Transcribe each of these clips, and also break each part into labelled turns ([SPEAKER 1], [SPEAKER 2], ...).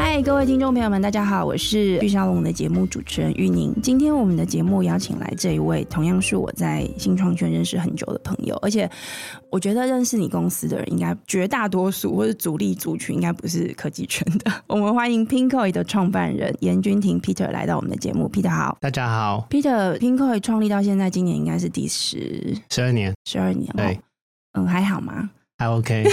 [SPEAKER 1] 嗨，各位听众朋友们，大家好，我是旭沙龙的节目主持人玉宁。今天我们的节目邀请来这一位，同样是我在新创圈认识很久的朋友，而且我觉得认识你公司的人，应该绝大多数或者主力族群，应该不是科技圈的。我们欢迎 Pinkoi 的创办人严君婷 Peter 来到我们的节目，Peter 好。
[SPEAKER 2] 大家好，
[SPEAKER 1] Peter Pinkoi 创立到现在，今年应该是第十
[SPEAKER 2] 十二年，
[SPEAKER 1] 十二年了
[SPEAKER 2] 对。
[SPEAKER 1] 嗯，还好吗？
[SPEAKER 2] 还 OK，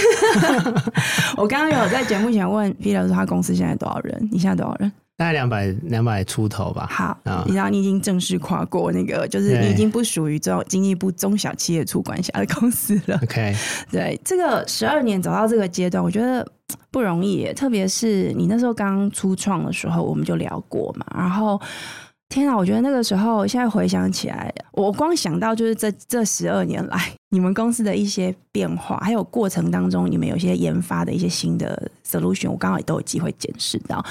[SPEAKER 1] 我刚刚有在节目前问 Peter 说，他公司现在多少人？你现在多少人？
[SPEAKER 2] 大概两百两百出头吧。
[SPEAKER 1] 好，
[SPEAKER 2] 啊
[SPEAKER 1] 你知道你已经正式跨过那个，就是你
[SPEAKER 2] 对
[SPEAKER 1] 已经不属于这种经济部中小企业主管辖的公司 了。
[SPEAKER 2] OK，
[SPEAKER 1] 对，这个十二年走到这个阶段，我觉得嘖不容易耶，特别是你那时候刚初创的时候，我们就聊过嘛。然后，天啊，我觉得那个时候，现在回想起来，我光想到就是这这十二年来，你们公司的一些变化，还有过程当中，你们有些研发的一些新的 solution，我刚好也都有机会见识到。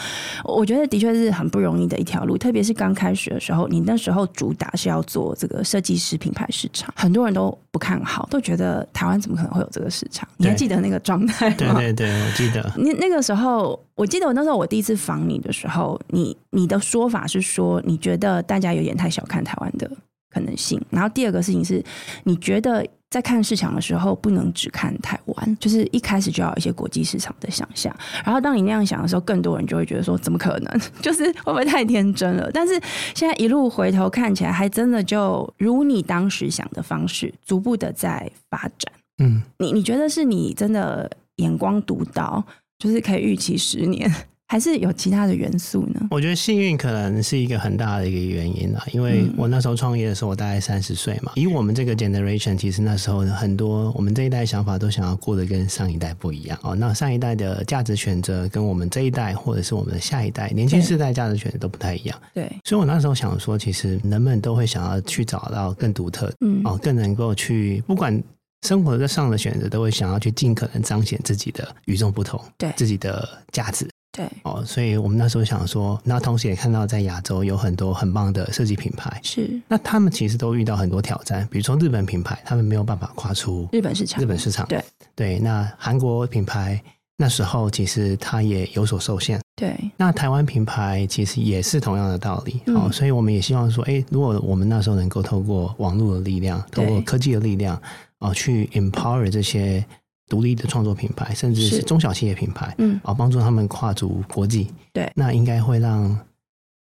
[SPEAKER 1] 我我觉得的确是很不容易的一条路，特别是刚开始的时候，你那时候主打是要做这个设计师品牌市场，很多人都不看好，都觉得台湾怎么可能会有这个市场？你还
[SPEAKER 2] 对
[SPEAKER 1] 记得那个状态吗？
[SPEAKER 2] 对对对，我记得，
[SPEAKER 1] 那那个时候，我记得我那时候我第一次访你的时候，你你的说法是说，你觉得大家有点太小看台湾的可能性。然后第二个事情是，你觉得在看市场的时候，不能只看台湾， 就是一开始就要有一些国际市场的想象。然后当你那样想的时候，更多人就会觉得说，怎么可能？ 就是会不会太天真了？但是现在一路回头看起来，还真的就如你当时想的方式，逐步的在发展。
[SPEAKER 2] 嗯，
[SPEAKER 1] 你你觉得是你真的眼光独到，就是可以预期十年，还是有其他的元素呢？
[SPEAKER 2] 我觉得幸运可能是一个很大的一个原因啊啦，因为我那时候创业的时候，我大概三十岁嘛，以我们这个 generation，其实那时候很多我们这一代想法都想要过得跟上一代不一样哦。那上一代的价值选择跟我们这一代或者是我们的下一代年轻
[SPEAKER 1] 对
[SPEAKER 2] 世代价值选择都不太一样，
[SPEAKER 1] 对，
[SPEAKER 2] 所以我那时候想说，其实人们都会想要去找到更独特
[SPEAKER 1] 嗯，
[SPEAKER 2] 哦，更能够去不管生活的上的选择，都会想要去尽可能彰显自己的与众不同，
[SPEAKER 1] 对
[SPEAKER 2] 自己的价值
[SPEAKER 1] 对，
[SPEAKER 2] 哦。所以我们那时候想说，那同时也看到在亚洲有很多很棒的设计品牌，
[SPEAKER 1] 是
[SPEAKER 2] 那他们其实都遇到很多挑战，比如说日本品牌，他们没有办法跨出
[SPEAKER 1] 日本市场，
[SPEAKER 2] 日本市场，
[SPEAKER 1] 对
[SPEAKER 2] 对，那韩国品牌。那时候其实它也有所受限，
[SPEAKER 1] 对
[SPEAKER 2] 那台湾品牌其实也是同样的道理、
[SPEAKER 1] 嗯
[SPEAKER 2] 哦，所以我们也希望说，哎、如果我们那时候能够透过网络的力量，透
[SPEAKER 1] 对
[SPEAKER 2] 过科技的力量，哦，去 empower 这些独立的创作品牌，甚至
[SPEAKER 1] 是
[SPEAKER 2] 是中小企业品牌，
[SPEAKER 1] 嗯
[SPEAKER 2] 哦，帮助他们跨足国际，
[SPEAKER 1] 对
[SPEAKER 2] 那应该会让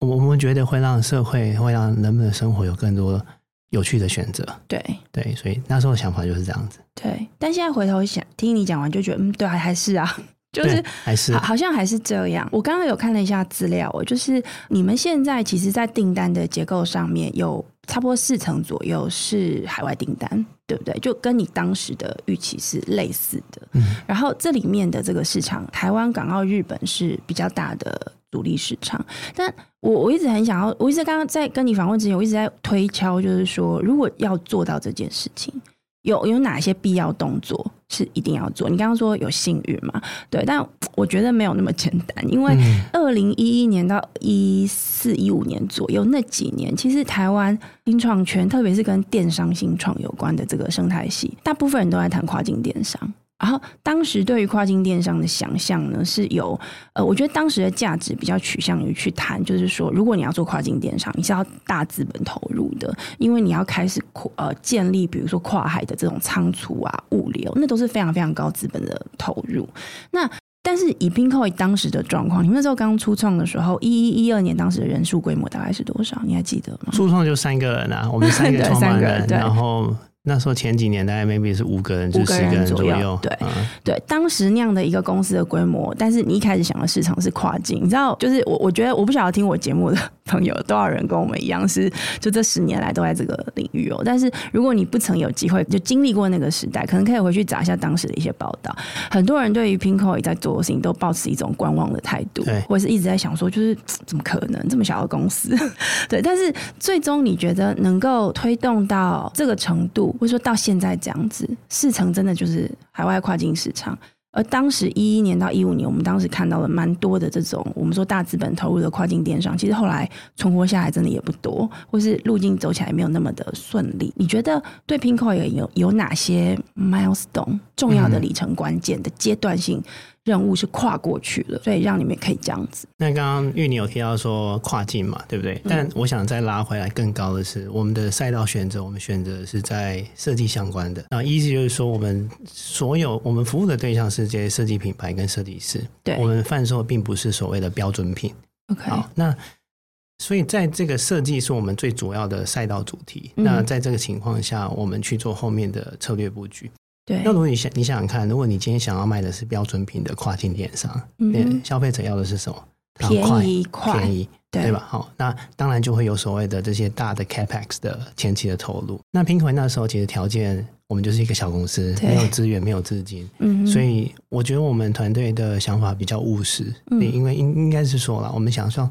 [SPEAKER 2] 我我们觉得会让社会会让人们的生活有更多有趣的选择，
[SPEAKER 1] 对
[SPEAKER 2] 对，所以那时候想法就是这样子，
[SPEAKER 1] 对，但现在回头想，听你讲完就觉得，嗯，对啊，还是啊， 就是
[SPEAKER 2] 对还是
[SPEAKER 1] 好，好像还是这样。我刚刚有看了一下资料哦，就是你们现在其实，在订单的结构上面有差不多四成左右是海外订单，对不对？就跟你当时的预期是类似的。
[SPEAKER 2] 嗯
[SPEAKER 1] 然后这里面的这个市场，台湾、港澳、日本是比较大的主力市场。但我我一直很想要，我一直刚刚在跟你访问之前，我一直在推敲，就是说，如果要做到这件事情，有有哪些必要动作是一定要做？你刚刚说有幸运嘛？对，但我觉得没有那么简单，因为
[SPEAKER 2] 嗯
[SPEAKER 1] 二零一一年到一四一五年左右那几年，其实台湾新创圈，特别是跟电商新创有关的这个生态系，大部分人都在谈跨境电商。然后当时对于跨境电商的想象呢，是有呃，我觉得当时的价值比较取向于去谈，就是说，如果你要做跨境电商，你是要大资本投入的，因为你要开始扩呃建立，比如说跨海的这种仓储啊、物流，那都是非常非常高资本的投入。那但是以 Pinko 当时的状况，你们那时候刚初创的时候，一一一二年当时的人数规模大概是多少？你还记得吗？
[SPEAKER 2] 初创就三个人啊，我们三 个
[SPEAKER 1] 对
[SPEAKER 2] 创
[SPEAKER 1] 三
[SPEAKER 2] 办
[SPEAKER 1] 个
[SPEAKER 2] 人，
[SPEAKER 1] 对
[SPEAKER 2] 然后那时候前几年大概 maybe 是五个人，
[SPEAKER 1] 五
[SPEAKER 2] 就
[SPEAKER 1] 个
[SPEAKER 2] 十
[SPEAKER 1] 人
[SPEAKER 2] 个人
[SPEAKER 1] 左右
[SPEAKER 2] 右，
[SPEAKER 1] 对
[SPEAKER 2] 嗯
[SPEAKER 1] 对，当时那样的一个公司的规模，但是你一开始想的市场是跨境，你知道，就是我我觉得我不晓得听我节目的朋友多少人跟我们一样是，就这十年来都在这个领域哦。但是如果你不曾有机会就经历过那个时代，可能可以回去找一下当时的一些报道。很多人对于 Pinko 也在做的事情都抱持一种观望的态度
[SPEAKER 2] 对，
[SPEAKER 1] 或者是一直在想说，就是嘖怎么可能这么小的公司？对，但是最终你觉得能够推动到这个程度，或者说到现在这样子，市场真的就是海外跨境市场。而当时一一年到一五年，我们当时看到了蛮多的这种我们说大资本投入的跨境电商，其实后来存活下来真的也不多，或是路径走起来没有那么的顺利。你觉得对 Pinko 也有有哪些 milestone 重要的里程关键的阶段性任务是跨过去了，所以让你们可以这样子？
[SPEAKER 2] 那刚刚玉你有提到说跨境嘛，对不
[SPEAKER 1] 嗯
[SPEAKER 2] 对？但我想再拉回来更高的是，我们的赛道选择，我们选择是在设计相关的。那意思就是说，我们所有我们服务的对象是这些设计品牌跟设计师，
[SPEAKER 1] 对
[SPEAKER 2] 我们贩售的并不是所谓的标准品。
[SPEAKER 1] ，OK，
[SPEAKER 2] 好，哎那所以在这个设计是我们最主要的赛道主题。
[SPEAKER 1] 嗯
[SPEAKER 2] 那在这个情况下，我们去做后面的策略布局。
[SPEAKER 1] 对，
[SPEAKER 2] 那如果你想你想想看，如果你今天想要卖的是标准品的跨境电商，
[SPEAKER 1] 嗯
[SPEAKER 2] 那、
[SPEAKER 1] 哼
[SPEAKER 2] 消费者要的是什么？它
[SPEAKER 1] 便宜
[SPEAKER 2] 快、
[SPEAKER 1] 快
[SPEAKER 2] 便，宜，
[SPEAKER 1] 对
[SPEAKER 2] 对吧？好、那当然就会有所谓的这些大的 capex 的前期的投入。那拼回那时候其实条件，我们就是一个小公司，
[SPEAKER 1] 对
[SPEAKER 2] 没有资源，没有资金，
[SPEAKER 1] 嗯哼，
[SPEAKER 2] 所以我觉得我们团队的想法比较务实，
[SPEAKER 1] 嗯
[SPEAKER 2] 因为应应该是说了，我们想说，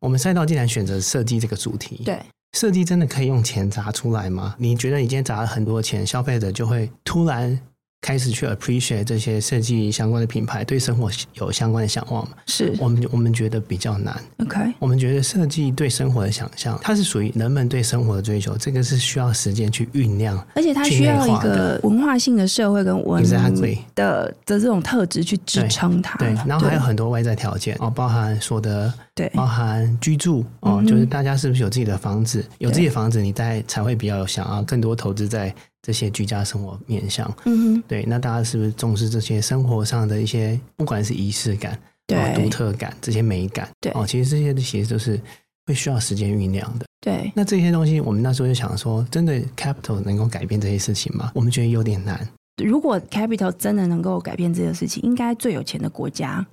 [SPEAKER 2] 我们赛道既然选择设计这个主题，
[SPEAKER 1] 对，
[SPEAKER 2] 设计真的可以用钱砸出来吗？你觉得你今天砸了很多钱，消费者就会突然开始去 appreciate 这些设计相关的品牌，对生活有相关的向往吗？
[SPEAKER 1] 是
[SPEAKER 2] 我们我们觉得比较难，
[SPEAKER 1] OK，
[SPEAKER 2] 我们觉得设计对生活的想象，它是属于人们对生活的追求，这个是需要时间去酝酿。
[SPEAKER 1] 而且它
[SPEAKER 2] 去
[SPEAKER 1] 需
[SPEAKER 2] 内
[SPEAKER 1] 要一
[SPEAKER 2] 化
[SPEAKER 1] 个
[SPEAKER 2] 的
[SPEAKER 1] 文化性的社会跟文
[SPEAKER 2] Exactly
[SPEAKER 1] 的的这种特质去支撑它。
[SPEAKER 2] 对，然后还有很多外在条件哦，包含所得，
[SPEAKER 1] 对
[SPEAKER 2] 包含居住
[SPEAKER 1] 嗯
[SPEAKER 2] 哦，
[SPEAKER 1] 哼
[SPEAKER 2] 就是大家是不是有自己的房子？有自己的房子，你在才会比较有想要更多投资在这些居家生活面向。
[SPEAKER 1] 嗯哼，
[SPEAKER 2] 对，那大家是不是重视这些生活上的一些，不管是仪式感、哦独
[SPEAKER 1] 对
[SPEAKER 2] 特感、这些美感？
[SPEAKER 1] 对
[SPEAKER 2] 哦，其实这些其实都是会需要时间酝酿的。
[SPEAKER 1] 对
[SPEAKER 2] 那这些东西，我们那时候就想说，真的 capital 能够改变这些事情吗？我们觉得有点难。
[SPEAKER 1] 如果 capital 真的能够改变这个事情，应该最有钱的国家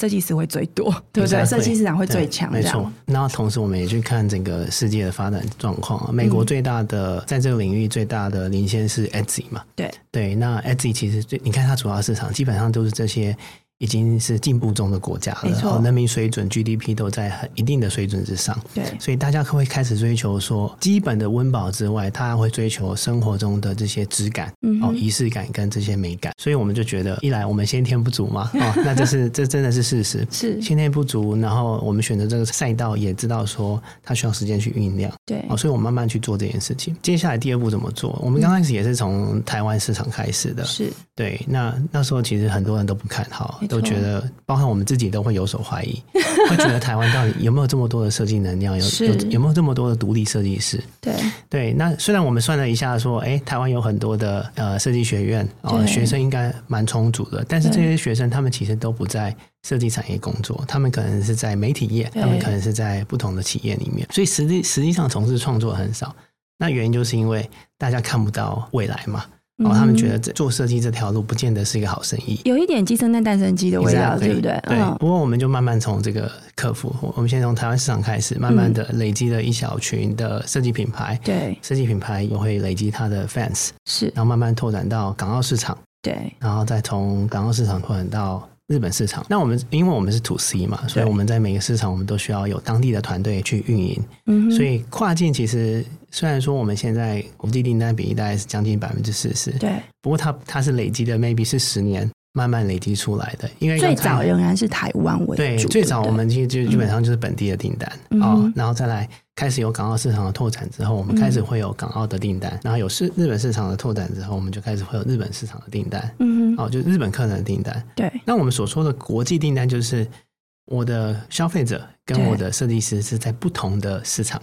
[SPEAKER 1] 设计师会最多，对不对？
[SPEAKER 2] Exactly，
[SPEAKER 1] 设计市场会
[SPEAKER 2] 对
[SPEAKER 1] 最强，
[SPEAKER 2] 没
[SPEAKER 1] 这
[SPEAKER 2] 错
[SPEAKER 1] 样。
[SPEAKER 2] 然后同时我们也去看整个世界的发展状况
[SPEAKER 1] 嗯
[SPEAKER 2] 啊。美国最大的、在这个领域最大的领先是 Etsy 嘛？
[SPEAKER 1] 对
[SPEAKER 2] 对，那 Etsy 其实最你看它主要市场基本上都是这些已经是进步中的国家
[SPEAKER 1] 没
[SPEAKER 2] 了，
[SPEAKER 1] 错
[SPEAKER 2] 哦人民水准 GDP 都在很一定的水准之上。
[SPEAKER 1] 对
[SPEAKER 2] 所以大家会开始追求说，基本的温饱之外，他会追求生活中的这些质感、
[SPEAKER 1] 嗯哼
[SPEAKER 2] 哦仪式感跟这些美感。所以我们就觉得，一来我们先天不足嘛，哦，那这是 这真的是事实，
[SPEAKER 1] 是，
[SPEAKER 2] 先天不足。然后我们选择这个赛道，也知道说它需要时间去酝酿。
[SPEAKER 1] 对
[SPEAKER 2] 哦，所以我慢慢去做这件事情。接下来第二步怎么做？我们刚开始也是从台湾市场开始的，
[SPEAKER 1] 是，
[SPEAKER 2] 对。那那时候其实很多人都不看好
[SPEAKER 1] 没，错
[SPEAKER 2] 都觉得，包含我们自己都会有所 怀疑，会觉得台湾到底有没有这么多的设计能量，有
[SPEAKER 1] 是
[SPEAKER 2] 有有没有这么多的独立设计师？
[SPEAKER 1] 对
[SPEAKER 2] 对。那虽然我们算了一下，说，哎，台湾有很多的呃设计学院，哦，
[SPEAKER 1] 对
[SPEAKER 2] 学生应该蛮充足的，但是这
[SPEAKER 1] 对
[SPEAKER 2] 些学生他们其实都不在设计产业工作，他们可能是在媒体业，
[SPEAKER 1] 对
[SPEAKER 2] 他们可能是在不同的企业里面，所以实际实际上从事创作很少。那原因就是因为大家看不到未来嘛，哦，他们觉得这做设计这条路不见得是一个好生意。
[SPEAKER 1] 嗯有一点鸡生蛋蛋生鸡的味道，
[SPEAKER 2] Exactly，
[SPEAKER 1] 对不对？
[SPEAKER 2] 对。
[SPEAKER 1] 嗯，
[SPEAKER 2] 不过我们就慢慢从这个客服，我我们先从台湾市场开始，慢
[SPEAKER 1] 嗯
[SPEAKER 2] 慢的累积了一小群的设计品牌，
[SPEAKER 1] 对
[SPEAKER 2] 设计品牌也会累积它的 fans，
[SPEAKER 1] 是，
[SPEAKER 2] 然后慢慢拓展到港澳市场，
[SPEAKER 1] 对
[SPEAKER 2] 然后再从港澳市场拓展到。日本市场，那我们因为我们是 to C 嘛，所以我们在每个市场我们都需要有当地的团队去运营，
[SPEAKER 1] 嗯哼，
[SPEAKER 2] 所以跨境其实虽然说我们现在国际订单比例大概是将近百分之四十，
[SPEAKER 1] 对
[SPEAKER 2] 不过它它是累积的，maybe 是十年慢慢累积出来的，因为
[SPEAKER 1] 最
[SPEAKER 2] 刚才
[SPEAKER 1] 早仍然是台湾为主，
[SPEAKER 2] 对
[SPEAKER 1] 不
[SPEAKER 2] 最早我们其实就基本上就是本地的订单
[SPEAKER 1] 嗯
[SPEAKER 2] 啊、
[SPEAKER 1] 哼
[SPEAKER 2] 然后再来开始有港澳市场的拓展之后，我们开始会有港澳的订单，然后有市日本市场的拓展之后，我们就开始会有日本市场的订单，
[SPEAKER 1] 嗯哼，
[SPEAKER 2] 哦，就是日本客人的订单。
[SPEAKER 1] 对
[SPEAKER 2] 那我们所说的国际订单，就是我的消费者跟
[SPEAKER 1] 对
[SPEAKER 2] 我的设计师是在不同的市场。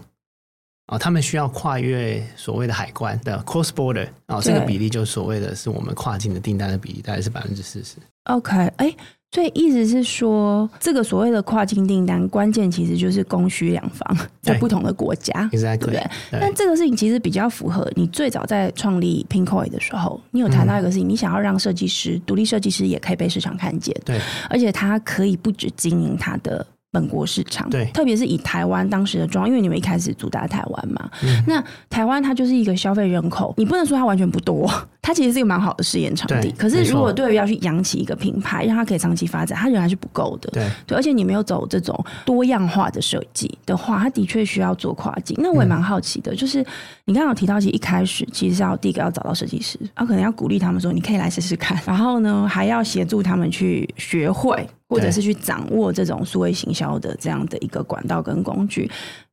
[SPEAKER 2] 哦，他们需要跨越所谓的海关的 cross border 哦，这个
[SPEAKER 1] 对
[SPEAKER 2] 比例就所谓的是我们跨境的订单的比例，大概是百分之四十。
[SPEAKER 1] OK，哎，所以意思是说，这个所谓的跨境订单，关键其实就是供需两方在
[SPEAKER 2] 对
[SPEAKER 1] 不同的国家，对不
[SPEAKER 2] Exactly，
[SPEAKER 1] 对？但这个事情其实比较符合你最早在创立 Pinkoi 的时候，你有谈到一个事情，你想要让设计师、独立设计师也可以被市场看见，
[SPEAKER 2] 对
[SPEAKER 1] 而且他可以不止经营他的。本国市场，
[SPEAKER 2] 对
[SPEAKER 1] 特别是以台湾当时的状况，因为你们一
[SPEAKER 2] 嗯
[SPEAKER 1] 开始主打台湾嘛，那台湾它就是一个消费人口，你不能说它完全不多， 它其实是一个蛮好的试验场地
[SPEAKER 2] 对。
[SPEAKER 1] 可是如
[SPEAKER 2] 没
[SPEAKER 1] 果
[SPEAKER 2] 错
[SPEAKER 1] 对于要去养起一个品牌，让它可以长期发展，它仍然是不够的。
[SPEAKER 2] 对，
[SPEAKER 1] 对，而且你没有走这种多样化的设计的话，它的确需要做跨境。那我也蛮好奇的，就是你刚刚有提到，其实一开始其实是要第一个要找到设计师，然后可能要鼓励他们说你可以来试试看，然后呢还要协助他们去学会，或者
[SPEAKER 2] 对
[SPEAKER 1] 是去掌握这种数位行销的这样的一个管道跟工具。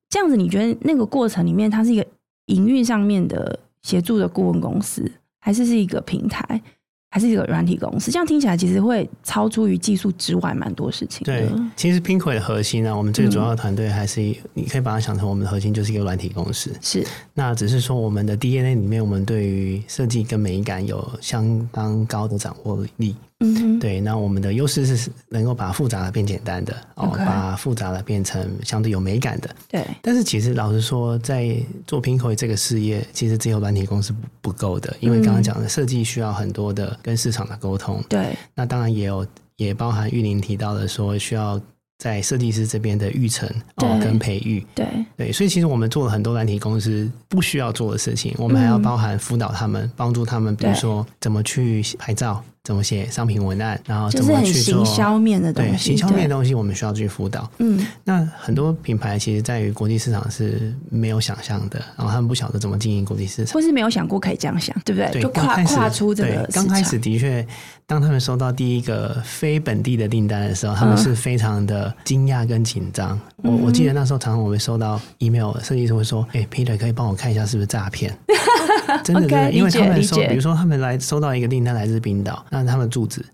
[SPEAKER 1] 这样子，你觉得那个过程里面，它是一个营运上面的协助的顾问公司，还是是一个平台？还是一个软体公司，这样听起来其实会超出于技术之外蛮多事情的。
[SPEAKER 2] 对，其实 Pinko 的核心呢、啊我们最主要的团队还是、你可以把它想成我们的核心就是一个软体公司。
[SPEAKER 1] 是
[SPEAKER 2] 那只是说我们的 DNA 里面，我们对于设计跟美感有相当高的掌握力。
[SPEAKER 1] 嗯哼，
[SPEAKER 2] 对，那我们的优势是能够把复杂的变简单的，哦
[SPEAKER 1] OK
[SPEAKER 2] 把复杂的变成相对有美感的。
[SPEAKER 1] 对
[SPEAKER 2] 但是其实老实说，在做 Pinko 这个事业，其实只有软体公司不不够的，因为
[SPEAKER 1] 嗯
[SPEAKER 2] 刚刚讲的设计需要很多的跟市场的沟通，
[SPEAKER 1] 对
[SPEAKER 2] 那当然也有也包含玉林提到的说需要。在设计师这边的育成哦
[SPEAKER 1] 对
[SPEAKER 2] 跟培育，
[SPEAKER 1] 对
[SPEAKER 2] 对，所以其实我们做了很多软体公司不需要做的事情，我们还要包含辅导他们，帮助他们，比如
[SPEAKER 1] 嗯对
[SPEAKER 2] 说怎么去拍照，怎么写商品文案，然后
[SPEAKER 1] 就
[SPEAKER 2] 啊怎
[SPEAKER 1] 是
[SPEAKER 2] 么
[SPEAKER 1] 很
[SPEAKER 2] 去做
[SPEAKER 1] 行销面的东
[SPEAKER 2] 对
[SPEAKER 1] 西，
[SPEAKER 2] 行销面
[SPEAKER 1] 对
[SPEAKER 2] 的东西，我们需要去辅导。
[SPEAKER 1] 嗯
[SPEAKER 2] 那很多品牌其实在于国际市场是没有想象的，然后他们不晓得怎么经营国际市场。
[SPEAKER 1] 或是没有想过可以这样想，对不对？
[SPEAKER 2] 对，
[SPEAKER 1] 就
[SPEAKER 2] 刚
[SPEAKER 1] 跨
[SPEAKER 2] 开始
[SPEAKER 1] 跨出这
[SPEAKER 2] 对
[SPEAKER 1] 个
[SPEAKER 2] 刚开
[SPEAKER 1] 市
[SPEAKER 2] 始
[SPEAKER 1] 场
[SPEAKER 2] 的确，当他们收到第一个非本地的订单的时候，他们
[SPEAKER 1] 嗯
[SPEAKER 2] 是非常的惊讶跟紧张。我我记得那时候常常我们收到 email，设计师会说：“哎、p e t e r 可以帮我看一下是不是诈 骗？”真的
[SPEAKER 1] OK，
[SPEAKER 2] 真的，因为他们
[SPEAKER 1] 理解
[SPEAKER 2] 收，
[SPEAKER 1] 理解
[SPEAKER 2] 比如说他们来收到一个订单来自冰岛，那他们住址，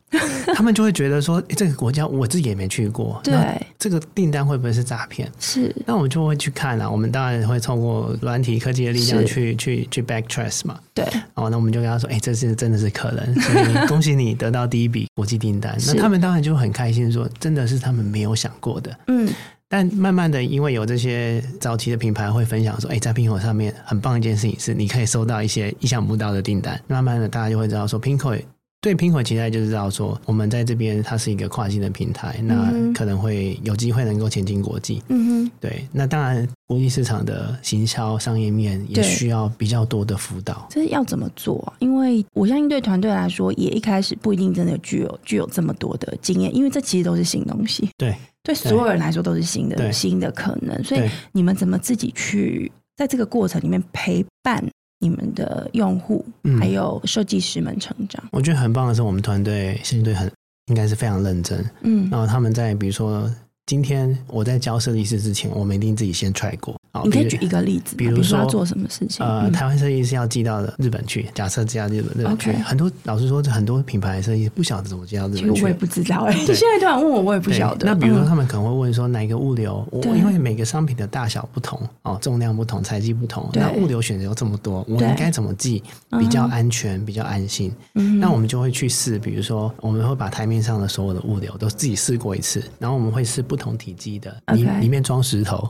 [SPEAKER 2] 他们就会觉得说：“哎、这个国家我自己也没去过，
[SPEAKER 1] 对
[SPEAKER 2] 那这个订单会不会是诈骗？”
[SPEAKER 1] 是
[SPEAKER 2] 那我们就会去看啊，我们当然会透过软体科技的力量
[SPEAKER 1] 是
[SPEAKER 2] 去去去 back trace 嘛。
[SPEAKER 1] 对
[SPEAKER 2] 哦，那我们就跟他说，哎、这是真的是可能，所 以恭喜你得到第一笔国际订单。那
[SPEAKER 1] 是
[SPEAKER 2] 他们当然就很开心说真的是他们没有想过的。
[SPEAKER 1] 嗯
[SPEAKER 2] 但慢慢的，因为有这些早期的品牌会分享说，哎、在拼口上面很棒一件事情是，你可以收到一些意想不到的订单。慢慢的，大家就会知道说，拼口对拼口期待就知道说，我们在这边它是一个跨境的平台，那
[SPEAKER 1] 嗯哼
[SPEAKER 2] 可能会有机会能够前进国际。
[SPEAKER 1] 嗯哼
[SPEAKER 2] 对，那当然，国际市场的行销商业面也
[SPEAKER 1] 对
[SPEAKER 2] 需要比较多的辅导。
[SPEAKER 1] 这要怎么做啊、因为我相信对团队来说，也一开始不一定真的具有具有这么多的经验，因为这其实都是新东西，
[SPEAKER 2] 对，
[SPEAKER 1] 对所有人来说都是新的
[SPEAKER 2] 对
[SPEAKER 1] 新的可能，所以
[SPEAKER 2] 对
[SPEAKER 1] 你们怎么自己去在这个过程里面陪伴你们的用户，
[SPEAKER 2] 嗯
[SPEAKER 1] 还有设计师们成长？
[SPEAKER 2] 我觉得很棒的是，我们团队相对很应该是非常认真。
[SPEAKER 1] 嗯，
[SPEAKER 2] 然后他们在比如说，今天我在教设计师之前，我们一定自己先 try 过。好
[SPEAKER 1] 你可以
[SPEAKER 2] 比
[SPEAKER 1] 举
[SPEAKER 2] 如
[SPEAKER 1] 一个例子吗，
[SPEAKER 2] 比如
[SPEAKER 1] 说
[SPEAKER 2] 说
[SPEAKER 1] 要做什么事情？
[SPEAKER 2] 呃，
[SPEAKER 1] 嗯
[SPEAKER 2] 台湾设计师要寄到日本去，假设寄到日本日本去
[SPEAKER 1] OK
[SPEAKER 2] 很多老实说，很多品牌设计师不晓得怎么寄到日
[SPEAKER 1] 其实
[SPEAKER 2] 本
[SPEAKER 1] 我也
[SPEAKER 2] 去。
[SPEAKER 1] 不知道哎、你
[SPEAKER 2] 对
[SPEAKER 1] 现在突然问我，我也不
[SPEAKER 2] 对
[SPEAKER 1] 晓得。
[SPEAKER 2] 那比如说，
[SPEAKER 1] 嗯
[SPEAKER 2] 他们可能会问说，哪一个物流？我
[SPEAKER 1] 对
[SPEAKER 2] 因为每个商品的大小不同，哦，重量不同，材质不同，
[SPEAKER 1] 对
[SPEAKER 2] 那物流选择有这么多，我
[SPEAKER 1] 对
[SPEAKER 2] 应该怎么寄比较安全、比较安心？
[SPEAKER 1] 嗯
[SPEAKER 2] 那我们就会去试，比如说我们会把台面上的所有的物流都自己试过一次，然后我们会试不同体积的，里
[SPEAKER 1] OK
[SPEAKER 2] 里面装石 头，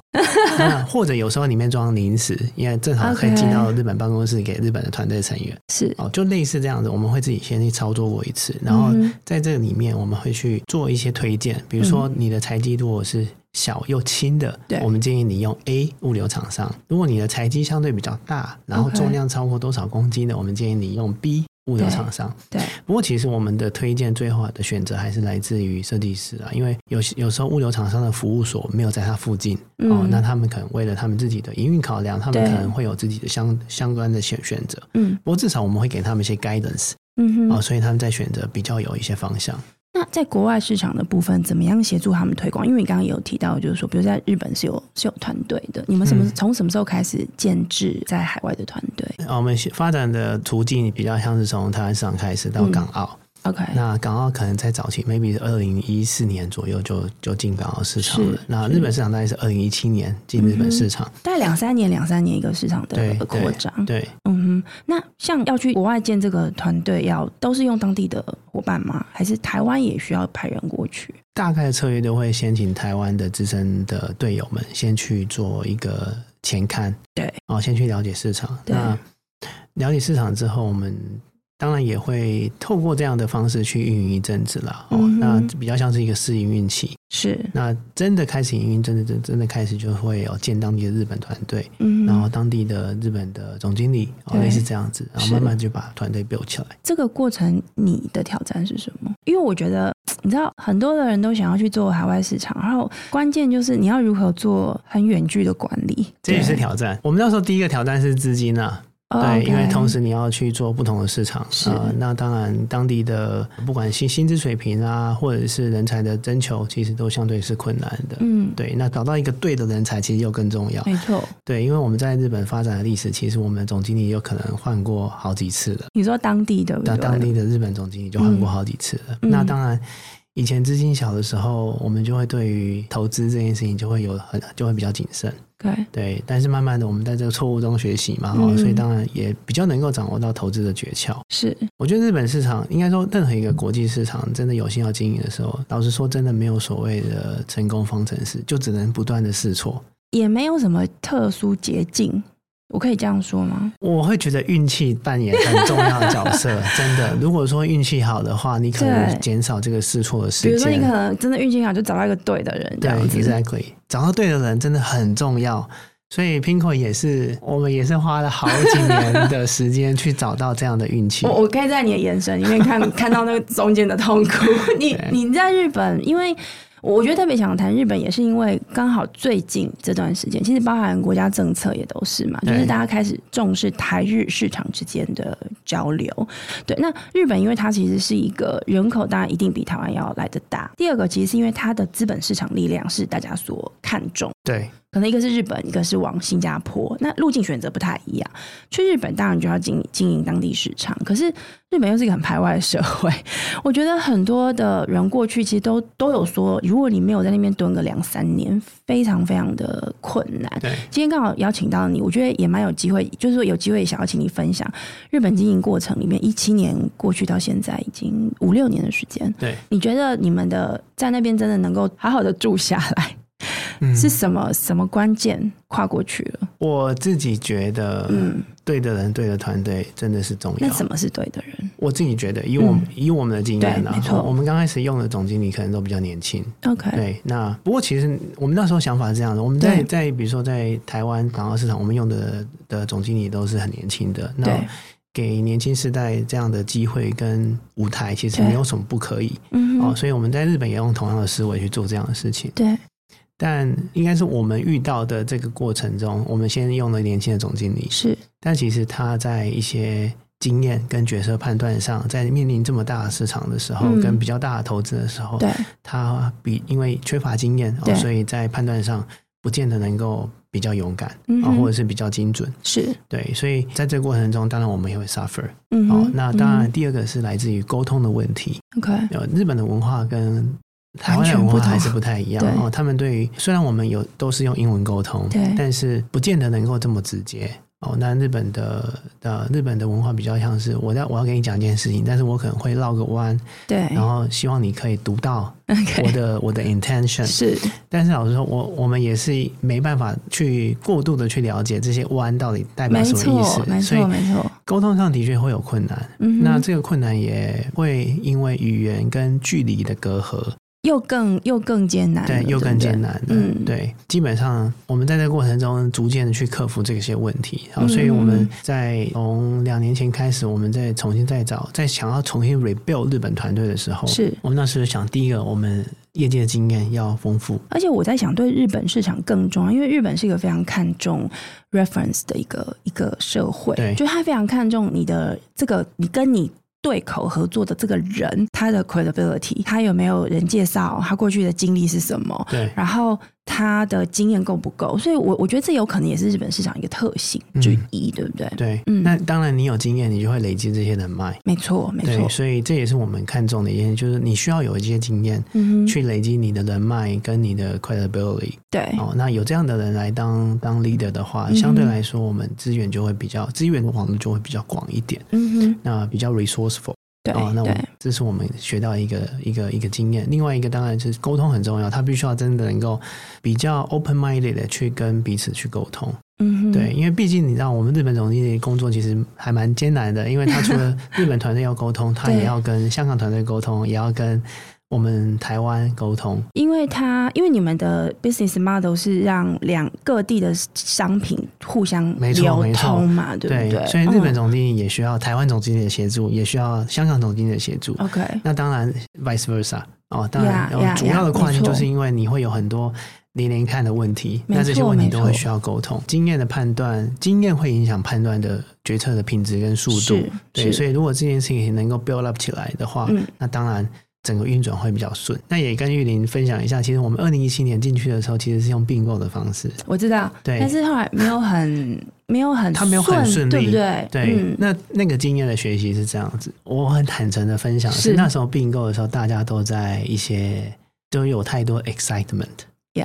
[SPEAKER 2] 那或者有时候里面装零食，因为正好可以
[SPEAKER 1] OK
[SPEAKER 2] 寄到日本办公室给日本的团队成员。
[SPEAKER 1] 是
[SPEAKER 2] 哦，就类似这样子，我们会自己先去操作过一次，然后
[SPEAKER 1] 嗯哼
[SPEAKER 2] 在这个里面我们会去做一些推荐，比如说你的材积如果是小又轻的，
[SPEAKER 1] 对
[SPEAKER 2] 我们建议你用 A 物流厂商；如果你的材积相对比较大，然后
[SPEAKER 1] OK
[SPEAKER 2] 重量超过多少公斤的，我们建议你用 B 物流厂商。
[SPEAKER 1] 对
[SPEAKER 2] 不过其实我们的推荐最后的选择还是来自于设计师啊，因为有些有时候物流厂商的服务所没有在它附近、
[SPEAKER 1] 嗯
[SPEAKER 2] 哦，那他们可能为了他们自己的营运考量，他们
[SPEAKER 1] 对
[SPEAKER 2] 可能会有自己的相相关的选选择。
[SPEAKER 1] 嗯
[SPEAKER 2] 不过至少我们会给他们一些 guidance
[SPEAKER 1] 嗯
[SPEAKER 2] 啊、
[SPEAKER 1] 哼。
[SPEAKER 2] 所以他们在选择比较有一些方向。
[SPEAKER 1] 那在国外市场的部分，怎么样协助他们推广？因为你刚刚也有提到，就是说，比如在日本是有是有团队的，你们什么
[SPEAKER 2] 嗯
[SPEAKER 1] 从、什么时候开始建制在海外的团队
[SPEAKER 2] 啊，我们发展的途径比较像是从台湾市场开始到港澳。
[SPEAKER 1] ？OK，
[SPEAKER 2] 那港澳可能在早期，maybe 是二零一四年左右就就进港澳市场了
[SPEAKER 1] 是。嗯
[SPEAKER 2] 那日本市场大概是二零一七年进日本市场。
[SPEAKER 1] 大概两三年，两三年一个市场的
[SPEAKER 2] 对
[SPEAKER 1] 扩张。
[SPEAKER 2] 对，
[SPEAKER 1] 嗯哼，那像要去国外建这个团队要，都是用当地的伙伴吗？还是台湾也需要派人过去？
[SPEAKER 2] 大概的策略都会先请台湾的资深的队友们先去做一个前看，
[SPEAKER 1] 对，
[SPEAKER 2] 哦，先去了解市场。
[SPEAKER 1] 对
[SPEAKER 2] 那了解市场之后，我们当然也会透过这样的方式去运营一阵子啦。哦，
[SPEAKER 1] 嗯哼
[SPEAKER 2] 那比较像是一个试营运期。
[SPEAKER 1] 是，
[SPEAKER 2] 那真的开始营运，真的真真的开始就会有见当地的日本团队，
[SPEAKER 1] 嗯，
[SPEAKER 2] 然后当地的日本的总经理，哦，
[SPEAKER 1] 对
[SPEAKER 2] 类似这样子，然后
[SPEAKER 1] 是
[SPEAKER 2] 慢慢就把团队 build 起来。
[SPEAKER 1] 这个过程你的挑战是什么？因为我觉得你知道，很多的人都想要去做海外市场，然后关键就是你要如何做很远距的管理，
[SPEAKER 2] 这也是
[SPEAKER 1] 对
[SPEAKER 2] 挑战。我们那时候第一个挑战是资金啊，
[SPEAKER 1] 哦
[SPEAKER 2] 对，因为
[SPEAKER 1] OK
[SPEAKER 2] 同时你要去做不同的市场，
[SPEAKER 1] 是
[SPEAKER 2] 呃那当然当地的不管薪薪资水平啊，或者是人才的征求，其实都相对是困难的。
[SPEAKER 1] 嗯，
[SPEAKER 2] 对，那找到一个对的人才，其实又更重要。
[SPEAKER 1] 没错。
[SPEAKER 2] 对，因为我们在日本发展的历史，其实我们总经理有可能换过好几次了。
[SPEAKER 1] 你说当地对不
[SPEAKER 2] 那
[SPEAKER 1] 对？嗯
[SPEAKER 2] 当地的日本总经理就换过好几次了。那当然，以前资金小的时候，我们就会对于投资这件事情就会有很就会比较谨慎。
[SPEAKER 1] 对，
[SPEAKER 2] 对，但是慢慢的，我们在这个错误中学习嘛，哦，
[SPEAKER 1] 嗯
[SPEAKER 2] 所以当然也比较能够掌握到投资的诀窍。
[SPEAKER 1] 是
[SPEAKER 2] 我觉得日本市场，应该说任何一个国际市场，真的有心要经营的时候，老实说，真的没有所谓的成功方程式，就只能不断的试错。
[SPEAKER 1] 也没有什么特殊捷径，我可以这样说吗？
[SPEAKER 2] 我会觉得运气扮演很重要的角色， 真的。如果说运气好的话，你可能
[SPEAKER 1] 对
[SPEAKER 2] 减少这个试错的
[SPEAKER 1] 比
[SPEAKER 2] 时
[SPEAKER 1] 如说，你可
[SPEAKER 2] 间。
[SPEAKER 1] 能真的运气好，就找到一个对的人这
[SPEAKER 2] 对
[SPEAKER 1] 样子。
[SPEAKER 2] ，exactly，找到对的人真的很重要。所以 Pinko 也是，我们也是花了好几年的时间去找到这样的运 气。
[SPEAKER 1] 我我可以在你的眼神里面 看看到那个中间的痛苦。你
[SPEAKER 2] 对
[SPEAKER 1] 你在日本，因为我觉得特别想谈日本，也是因为刚好最近这段时间，其实包含国家政策也都是嘛，就
[SPEAKER 2] 对
[SPEAKER 1] 是大家开始重视台日市场之间的交流。对，那日本因为它其实是一个人口，当然一定比台湾要来的大。第二个，其实是因为它的资本市场力量是大家所看重。
[SPEAKER 2] 对，
[SPEAKER 1] 可能一个是日本，一个是往新加坡，那路径选择不太一样。去日本当然就要经经营当地市场，可是日本又是一个很排外的社会， 我觉得很多的人过去其实都都有说，如果你没有在那边蹲个两三年，非常非常的困难。
[SPEAKER 2] 对，
[SPEAKER 1] 今天刚好邀请到你，我觉得也蛮有机会，就是说有机会想要请你分享日本经营过程里面，一七年过去到现在已经五六年的时间，
[SPEAKER 2] 对，
[SPEAKER 1] 你觉得你们的在那边真的能够好好的住下来？
[SPEAKER 2] 嗯，
[SPEAKER 1] 是什么什么关键跨过去了？
[SPEAKER 2] 我自己觉得，
[SPEAKER 1] 嗯，
[SPEAKER 2] 对的人、对的团队真的是重要。
[SPEAKER 1] 那什么是对的人
[SPEAKER 2] 我自己觉得，以我们、
[SPEAKER 1] 嗯
[SPEAKER 2] 以我们的经验呢、啊
[SPEAKER 1] 对没错
[SPEAKER 2] 我们刚开始用的总经理可能都比较年轻。
[SPEAKER 1] ？OK，
[SPEAKER 2] 对，那不过其实我们那时候想法是这样的，我们在
[SPEAKER 1] 对
[SPEAKER 2] 在比如说在台湾港澳市场，我们用的的总经理都是很年轻的。那
[SPEAKER 1] 对，
[SPEAKER 2] 给年轻世代这样的机会跟舞台，其实
[SPEAKER 1] 对
[SPEAKER 2] 没有什么不可以
[SPEAKER 1] 嗯
[SPEAKER 2] 哦。
[SPEAKER 1] 哼，
[SPEAKER 2] 所以我们在日本也用同样的思维去做这样的事情。
[SPEAKER 1] 对，
[SPEAKER 2] 但应该是我们遇到的这个过程中，我们先用了年轻的总经理，
[SPEAKER 1] 是，
[SPEAKER 2] 但其实他在一些经验跟角色判断上，在面临这么大的市场的时候，
[SPEAKER 1] 嗯
[SPEAKER 2] 跟比较大的投资的时候，
[SPEAKER 1] 对，
[SPEAKER 2] 他比因为缺乏经验、哦，
[SPEAKER 1] 对
[SPEAKER 2] 所以在判断上不见得能够比较勇敢
[SPEAKER 1] 嗯
[SPEAKER 2] 啊、哦
[SPEAKER 1] 哼
[SPEAKER 2] 或者是比较精准。
[SPEAKER 1] 是，
[SPEAKER 2] 对，所以在这个过程中，当然我们也会 suffer
[SPEAKER 1] 嗯
[SPEAKER 2] 哦
[SPEAKER 1] 哼，。
[SPEAKER 2] 那当然，第二个是来自于沟通的问题。
[SPEAKER 1] 嗯哼
[SPEAKER 2] 呃，日本的文化跟台湾
[SPEAKER 1] 完
[SPEAKER 2] 的
[SPEAKER 1] 全
[SPEAKER 2] 文
[SPEAKER 1] 不
[SPEAKER 2] 化还
[SPEAKER 1] 同
[SPEAKER 2] 是不太一样
[SPEAKER 1] 对
[SPEAKER 2] 哦。他们对于虽然我们有都是用英文沟通，
[SPEAKER 1] 对
[SPEAKER 2] 但是不见得能够这么直接哦。那日本的呃，日本的文化比较像是我要我要跟你讲一件事情，但是我可能会绕个弯，
[SPEAKER 1] ，OK，对
[SPEAKER 2] 然后希望你可以读到我
[SPEAKER 1] ，OK，
[SPEAKER 2] 的我的 intention。
[SPEAKER 1] 是，
[SPEAKER 2] 但是老实说，我我们也是没办法去过度的去了解这些弯到底代表
[SPEAKER 1] 没
[SPEAKER 2] 什么意
[SPEAKER 1] 错，
[SPEAKER 2] 思，
[SPEAKER 1] 没
[SPEAKER 2] 所以
[SPEAKER 1] 错，没错，
[SPEAKER 2] 沟通上的确会有困难。
[SPEAKER 1] 嗯哼，
[SPEAKER 2] 那这个困难也会因为语言跟距离的隔阂，
[SPEAKER 1] 又更又更艰难了，
[SPEAKER 2] 对，又更
[SPEAKER 1] 不
[SPEAKER 2] 艰难了。
[SPEAKER 1] 嗯
[SPEAKER 2] 对，基本上我们在这个过程中逐渐的去克服这些问题，
[SPEAKER 1] 嗯
[SPEAKER 2] 好，所以我们在从两年前开始，我们再重新再找，在想要重新 rebuild 日本团队的时候，
[SPEAKER 1] 是
[SPEAKER 2] 我们那时候想，第一个我们业界经验要丰富，
[SPEAKER 1] 而且我在想，对日本市场更重要，因为日本是一个非常看重 reference 的一个一个社会
[SPEAKER 2] 对，
[SPEAKER 1] 就他非常看重你的这个你跟你。对口合作的这个人，他的 credibility，他有没有人介绍，他过去的经历是什么，
[SPEAKER 2] 对，
[SPEAKER 1] 然后他的经验够不够，所以我我觉得这有可能也是日本市场一个特性
[SPEAKER 2] 嗯
[SPEAKER 1] 之一，对不对？
[SPEAKER 2] 对，
[SPEAKER 1] 嗯
[SPEAKER 2] 那当然你有经验，你就会累积这些人脉。
[SPEAKER 1] 没错，没
[SPEAKER 2] 对，
[SPEAKER 1] 错，
[SPEAKER 2] 所以这也是我们看重的一件，就是你需要有一些经验
[SPEAKER 1] 嗯哼，
[SPEAKER 2] 去累积你的人脉跟你的 credibility。
[SPEAKER 1] 对，
[SPEAKER 2] 哦，那有这样的人来当当 leader 的话，
[SPEAKER 1] 哎嗯哼
[SPEAKER 2] 相对来说，我们资源就会比较资源的网络就会比较广一点，
[SPEAKER 1] 嗯哼，
[SPEAKER 2] 那比较 resourceful。
[SPEAKER 1] 对、
[SPEAKER 2] 哦，那我
[SPEAKER 1] 对，
[SPEAKER 2] 这是我们学到一个一个一个经验。另外一个当然就是沟通很重要，他必须要真的能够比较 open minded 的去跟彼此去沟通。
[SPEAKER 1] 嗯哼，
[SPEAKER 2] 对，因为毕竟你知道，我们日本总经理工作其实还蛮艰难的，因为他除 了日本团队要沟通，他
[SPEAKER 1] 对
[SPEAKER 2] 也要跟香港团队沟通，也要跟我们台湾沟通。
[SPEAKER 1] 因为它因为你们的 business model 是让两各地的商品互相
[SPEAKER 2] 没错
[SPEAKER 1] 流
[SPEAKER 2] 没错
[SPEAKER 1] 通嘛，对不对？
[SPEAKER 2] 所以日本
[SPEAKER 1] 嗯、
[SPEAKER 2] 总经理也需要台湾总经理的协助，也需要香港总经理的协助。
[SPEAKER 1] 嗯 OK，
[SPEAKER 2] 那当然，vice versa 哦，当然
[SPEAKER 1] Yeah，
[SPEAKER 2] 有
[SPEAKER 1] yeah，
[SPEAKER 2] 主要的
[SPEAKER 1] yeah，
[SPEAKER 2] 跨境
[SPEAKER 1] 没错
[SPEAKER 2] 就是因为你会有很多连连看的问题，
[SPEAKER 1] 没错
[SPEAKER 2] 那这些问题
[SPEAKER 1] 没错
[SPEAKER 2] 都会需要沟通，经验的判断，经验会影响判断的决策的品质跟速度
[SPEAKER 1] 是。
[SPEAKER 2] 对，
[SPEAKER 1] 是
[SPEAKER 2] 所以如果这件事情能够 build up 起来的话，
[SPEAKER 1] 嗯
[SPEAKER 2] 那当然。整个运转会比较顺。那也跟玉林分享一下，其实我们二零一七年进去的时候，其实是用并购的方式。
[SPEAKER 1] 我知道，
[SPEAKER 2] 对
[SPEAKER 1] 但是后来没有很没有很
[SPEAKER 2] 他没有很顺利
[SPEAKER 1] 对不对？
[SPEAKER 2] 对，
[SPEAKER 1] 嗯
[SPEAKER 2] 那那个经验的学习是这样子。我很坦诚的分享是，
[SPEAKER 1] 是
[SPEAKER 2] 那时候并购的时候，大家都在一些都有太多 excitement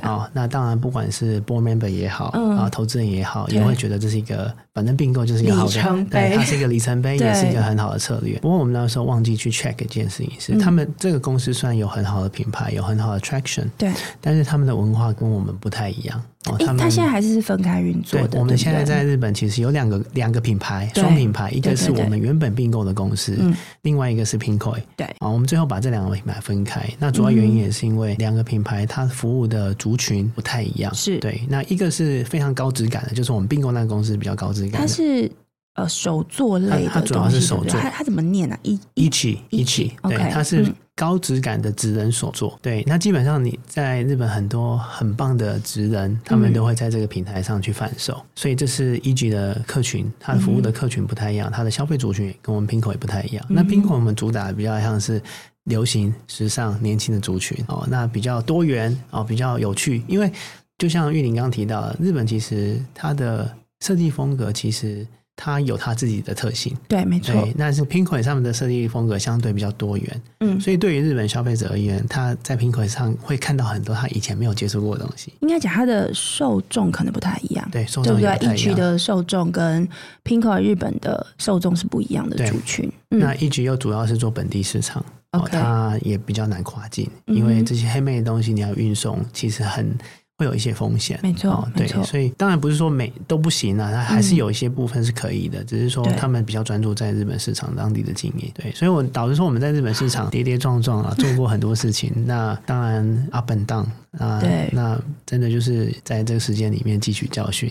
[SPEAKER 2] 啊、
[SPEAKER 1] ，yeah，
[SPEAKER 2] 哦。那当然，不管是 board member 也好，啊、
[SPEAKER 1] 嗯
[SPEAKER 2] 投资人也好，
[SPEAKER 1] 对
[SPEAKER 2] 也会觉得这是一个，反正并购就是一个好的
[SPEAKER 1] 里程碑
[SPEAKER 2] 对它是一个里程 碑，
[SPEAKER 1] 对
[SPEAKER 2] 也是一个很好的策略。不过我们那时候忘记去 check 一件事情是，
[SPEAKER 1] 嗯
[SPEAKER 2] 他们这个公司虽然有很好的品牌，有很好的 traction，
[SPEAKER 1] 对，
[SPEAKER 2] 但是他们的文化跟我们不太一样。哦，
[SPEAKER 1] 诶
[SPEAKER 2] 他们
[SPEAKER 1] 它现在还是分开运作
[SPEAKER 2] 对
[SPEAKER 1] 的，，
[SPEAKER 2] 我
[SPEAKER 1] 对
[SPEAKER 2] 们
[SPEAKER 1] 不
[SPEAKER 2] 现在
[SPEAKER 1] 对
[SPEAKER 2] 在日本其实有两个两个品牌，
[SPEAKER 1] 对
[SPEAKER 2] 双品牌，一个
[SPEAKER 1] 对对
[SPEAKER 2] 是我们原本并购的公司，
[SPEAKER 1] 嗯
[SPEAKER 2] 另外一个是 Pinkoi。
[SPEAKER 1] 对
[SPEAKER 2] 啊，我们最后把这两个品牌分开。那主要原
[SPEAKER 1] 嗯
[SPEAKER 2] 因也是因为两个品牌它服务的族群不太一样，
[SPEAKER 1] 是
[SPEAKER 2] 对。那一个是非常高质感的，就是我们并购那个公司比较高质感
[SPEAKER 1] 它
[SPEAKER 2] 的。
[SPEAKER 1] 是呃手作类的
[SPEAKER 2] 它它主要
[SPEAKER 1] 东西
[SPEAKER 2] 是手
[SPEAKER 1] 对不对
[SPEAKER 2] 作
[SPEAKER 1] 它它怎么念啊？一
[SPEAKER 2] 一起一起，对
[SPEAKER 1] OK，
[SPEAKER 2] 它是
[SPEAKER 1] 嗯
[SPEAKER 2] 高质感的职人所做。对，那基本上你在日本很多很棒的职人，他
[SPEAKER 1] 嗯
[SPEAKER 2] 们都会在这个平台上去贩售，所以这是一级的客群，它的服务的客群不太一样，它的消费族群也跟我们 Pinko 也不太一样。那
[SPEAKER 1] 嗯
[SPEAKER 2] Pinko 我们主打的比较像是。流行、时尚、年轻的族群哦，那比较多元哦，比较有趣。因为就像玉玲刚刚提到的，日本其实它的设计风格其实它有它自己的特性，
[SPEAKER 1] 对，没错，
[SPEAKER 2] 对，那是 Pinkoi 上面的设计风格相对比较多元，
[SPEAKER 1] 嗯，
[SPEAKER 2] 所以对于日本消费者而言，他在 Pinkoi 上会看到很多他以前没有接触过的东西。
[SPEAKER 1] 应该讲它的受众可能不太一样，
[SPEAKER 2] 对，受
[SPEAKER 1] 对
[SPEAKER 2] 众
[SPEAKER 1] 不
[SPEAKER 2] 也
[SPEAKER 1] 对
[SPEAKER 2] 不？太一
[SPEAKER 1] 区
[SPEAKER 2] 样。
[SPEAKER 1] 的受众跟 Pinko 日本的受众是不一样的
[SPEAKER 2] 对
[SPEAKER 1] 族群，嗯
[SPEAKER 2] 那一局又主要是做本地市场，哦，
[SPEAKER 1] OK
[SPEAKER 2] 它也比较难跨境，
[SPEAKER 1] 嗯哼
[SPEAKER 2] 因为这些黑妹的东西你要运送，其实很会有一些风险。
[SPEAKER 1] 没错
[SPEAKER 2] 哦，
[SPEAKER 1] 嗯没
[SPEAKER 2] 对，
[SPEAKER 1] 错，
[SPEAKER 2] 所以当然不是说每都不行啊，它还是
[SPEAKER 1] 嗯
[SPEAKER 2] 有一些部分是可以的，只是说
[SPEAKER 1] 对
[SPEAKER 2] 他们比较专注在日本市场当地的经营。对，所以我导致说我们在日本市场跌跌撞撞啊，做过很多事情。那当然 up and down 啊
[SPEAKER 1] 对，
[SPEAKER 2] 那真的就是在这个时间里面汲取教训。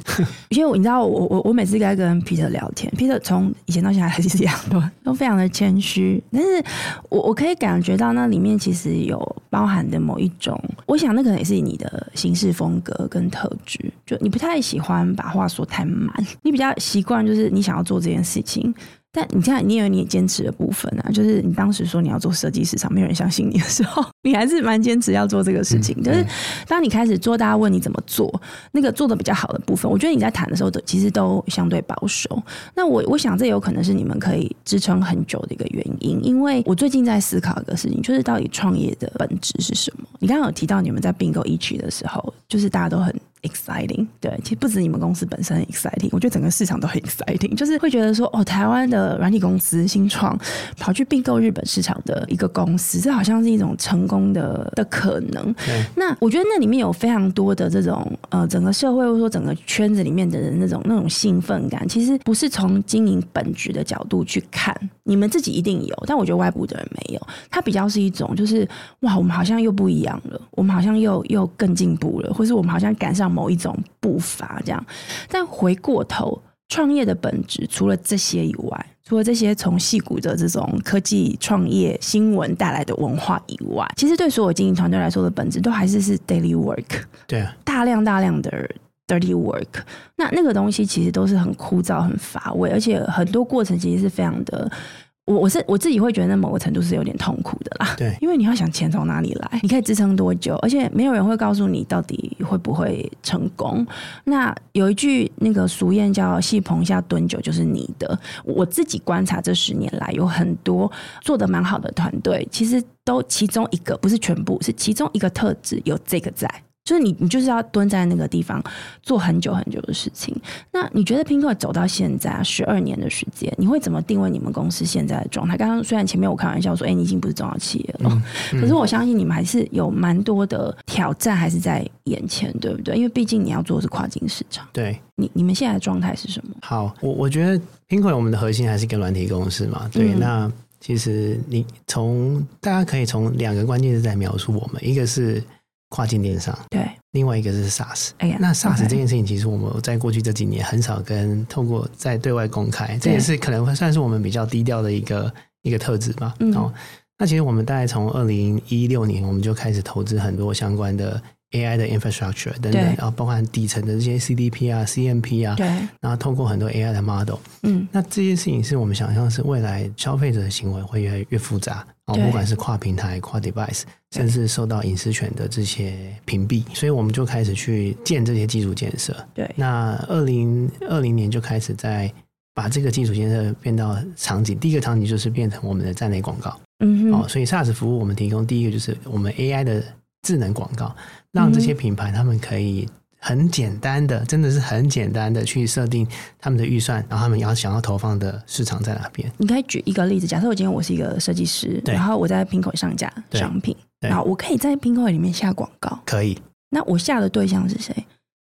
[SPEAKER 1] 因为我你知道我我我每次在跟 Peter 聊天，Peter 从以前到现在还是一样的，都非常的谦虚，但是我我可以感觉到那里面其实有包含的某一种，我想那可能也是你的行事风格跟特质，就你不太喜欢把话说太满，你比较习惯就是你想要做这件事情。但你看，你也有你坚持的部分啊，就是你当时说你要做设计市场，没有人相信你的时候，你还是蛮坚持要做这个事情。
[SPEAKER 2] 嗯
[SPEAKER 1] 就是
[SPEAKER 2] 嗯
[SPEAKER 1] 当你开始做，大家问你怎么做，那个做的比较好的部分，我觉得你在谈的时候都其实都相对保守。那我我想这有可能是你们可以支撑很久的一个原因，因为我最近在思考一个事情，就是到底创业的本质是什么？你刚刚有提到你们在并购一区的时候，就是大家都很。exciting，对，其实不止你们公司本身很 exciting，我觉得整个市场都很 exciting，就是会觉得说，哦，台湾的软体公司新创跑去并购日本市场的一个公司，这好像是一种成功的的可能。
[SPEAKER 2] 对，
[SPEAKER 1] 那我觉得那里面有非常多的这种呃，整个社会或者说整个圈子里面的人那种那种兴奋感，其实不是从经营本质的角度去看，你们自己一定有，但我觉得外部的人没有，它比较是一种就是哇，我们好像又不一样了，我们好像又又更进步了，或是我们好像赶上某一种步伐这样。但回过头，创业的本质除了这些以外，除了这些从戏骨的这种科技创业新闻带来的文化以外，其实对所有经营团队来说的本质，都还是是 daily work，
[SPEAKER 2] 对啊，
[SPEAKER 1] 大量大量的 dirty work。那那个东西其实都是很枯燥、很乏味，而且很多过程其实是非常的。我我是我自己会觉得某个程度是有点痛苦的啦，
[SPEAKER 2] 对
[SPEAKER 1] 因为你要想钱从哪里来，你可以支撑多久，而且没有人会告诉你到底会不会成功。那有一句那个俗谚叫“戏棚下蹲久就是你的”，我自己观察这十年来，有很多做的蛮好的团队，其实都其中一个不是全部，是其中一个特质有这个在。就是你，你就是要蹲在那个地方做很久很久的事情。那你觉得 Pinko 走到现在啊十二年的时间，你会怎么定位你们公司现在的状态？刚刚虽然前面我开玩笑说，哎、你已经不是中小企业了，
[SPEAKER 2] 嗯
[SPEAKER 1] 可是我相信你们还是有蛮多的挑战还是在眼前，对不对？因为毕竟你要做的是跨境市场。
[SPEAKER 2] 对，
[SPEAKER 1] 你你们现在的状态是什么？
[SPEAKER 2] 好，我我觉得 Pinko 我们的核心还是一个软体公司嘛。对，
[SPEAKER 1] 嗯
[SPEAKER 2] 那其实你从大家可以从两个关键字在描述我们，一个是跨境电商，
[SPEAKER 1] 对，
[SPEAKER 2] 另外一个是 SaaS。
[SPEAKER 1] 哎呀，
[SPEAKER 2] 那 SaaS 这
[SPEAKER 1] OK
[SPEAKER 2] 件事情，其实我们在过去这几年很少跟透过在对外公开，这
[SPEAKER 1] 对
[SPEAKER 2] 也是可能会算是我们比较低调的一个一个特质吧。
[SPEAKER 1] 嗯
[SPEAKER 2] 哦，那其实我们大概从二零一六年，我们就开始投资很多相关的 AI 的 infrastructure 等等
[SPEAKER 1] 对，
[SPEAKER 2] 啊，包含底层的这些 CDP 啊、CMP 啊，
[SPEAKER 1] 对，
[SPEAKER 2] 然后透过很多 AI 的 model，
[SPEAKER 1] 嗯，
[SPEAKER 2] 那这件事情是我们想象是未来消费者的行为会越来越复杂哦，
[SPEAKER 1] 对
[SPEAKER 2] 不管是跨平台、跨 device，甚至受到隐私权的这些屏蔽，所以我们就开始去建这些基础建设。
[SPEAKER 1] 对，
[SPEAKER 2] 那二零二零年就开始在把这个基础建设变到场景，第一个场景就是变成我们的站内广告、
[SPEAKER 1] 嗯
[SPEAKER 2] 哦，
[SPEAKER 1] 哼，
[SPEAKER 2] 所以 SaaS 服务我们提供第一个就是我们 AI 的智能广告，让这些品牌他们可以。很简单的，真的是很简单的去设定他们的预算，然后他们要想要投放的市场在哪边。
[SPEAKER 1] 你可以举一个例子，假设我今天我是一个设计师，
[SPEAKER 2] 对
[SPEAKER 1] 然后我在 Pinko 上架
[SPEAKER 2] 对
[SPEAKER 1] 商品，
[SPEAKER 2] 对
[SPEAKER 1] 然后我可以在 Pinko 里面下广告，
[SPEAKER 2] 可以，
[SPEAKER 1] 那我下的对象是谁？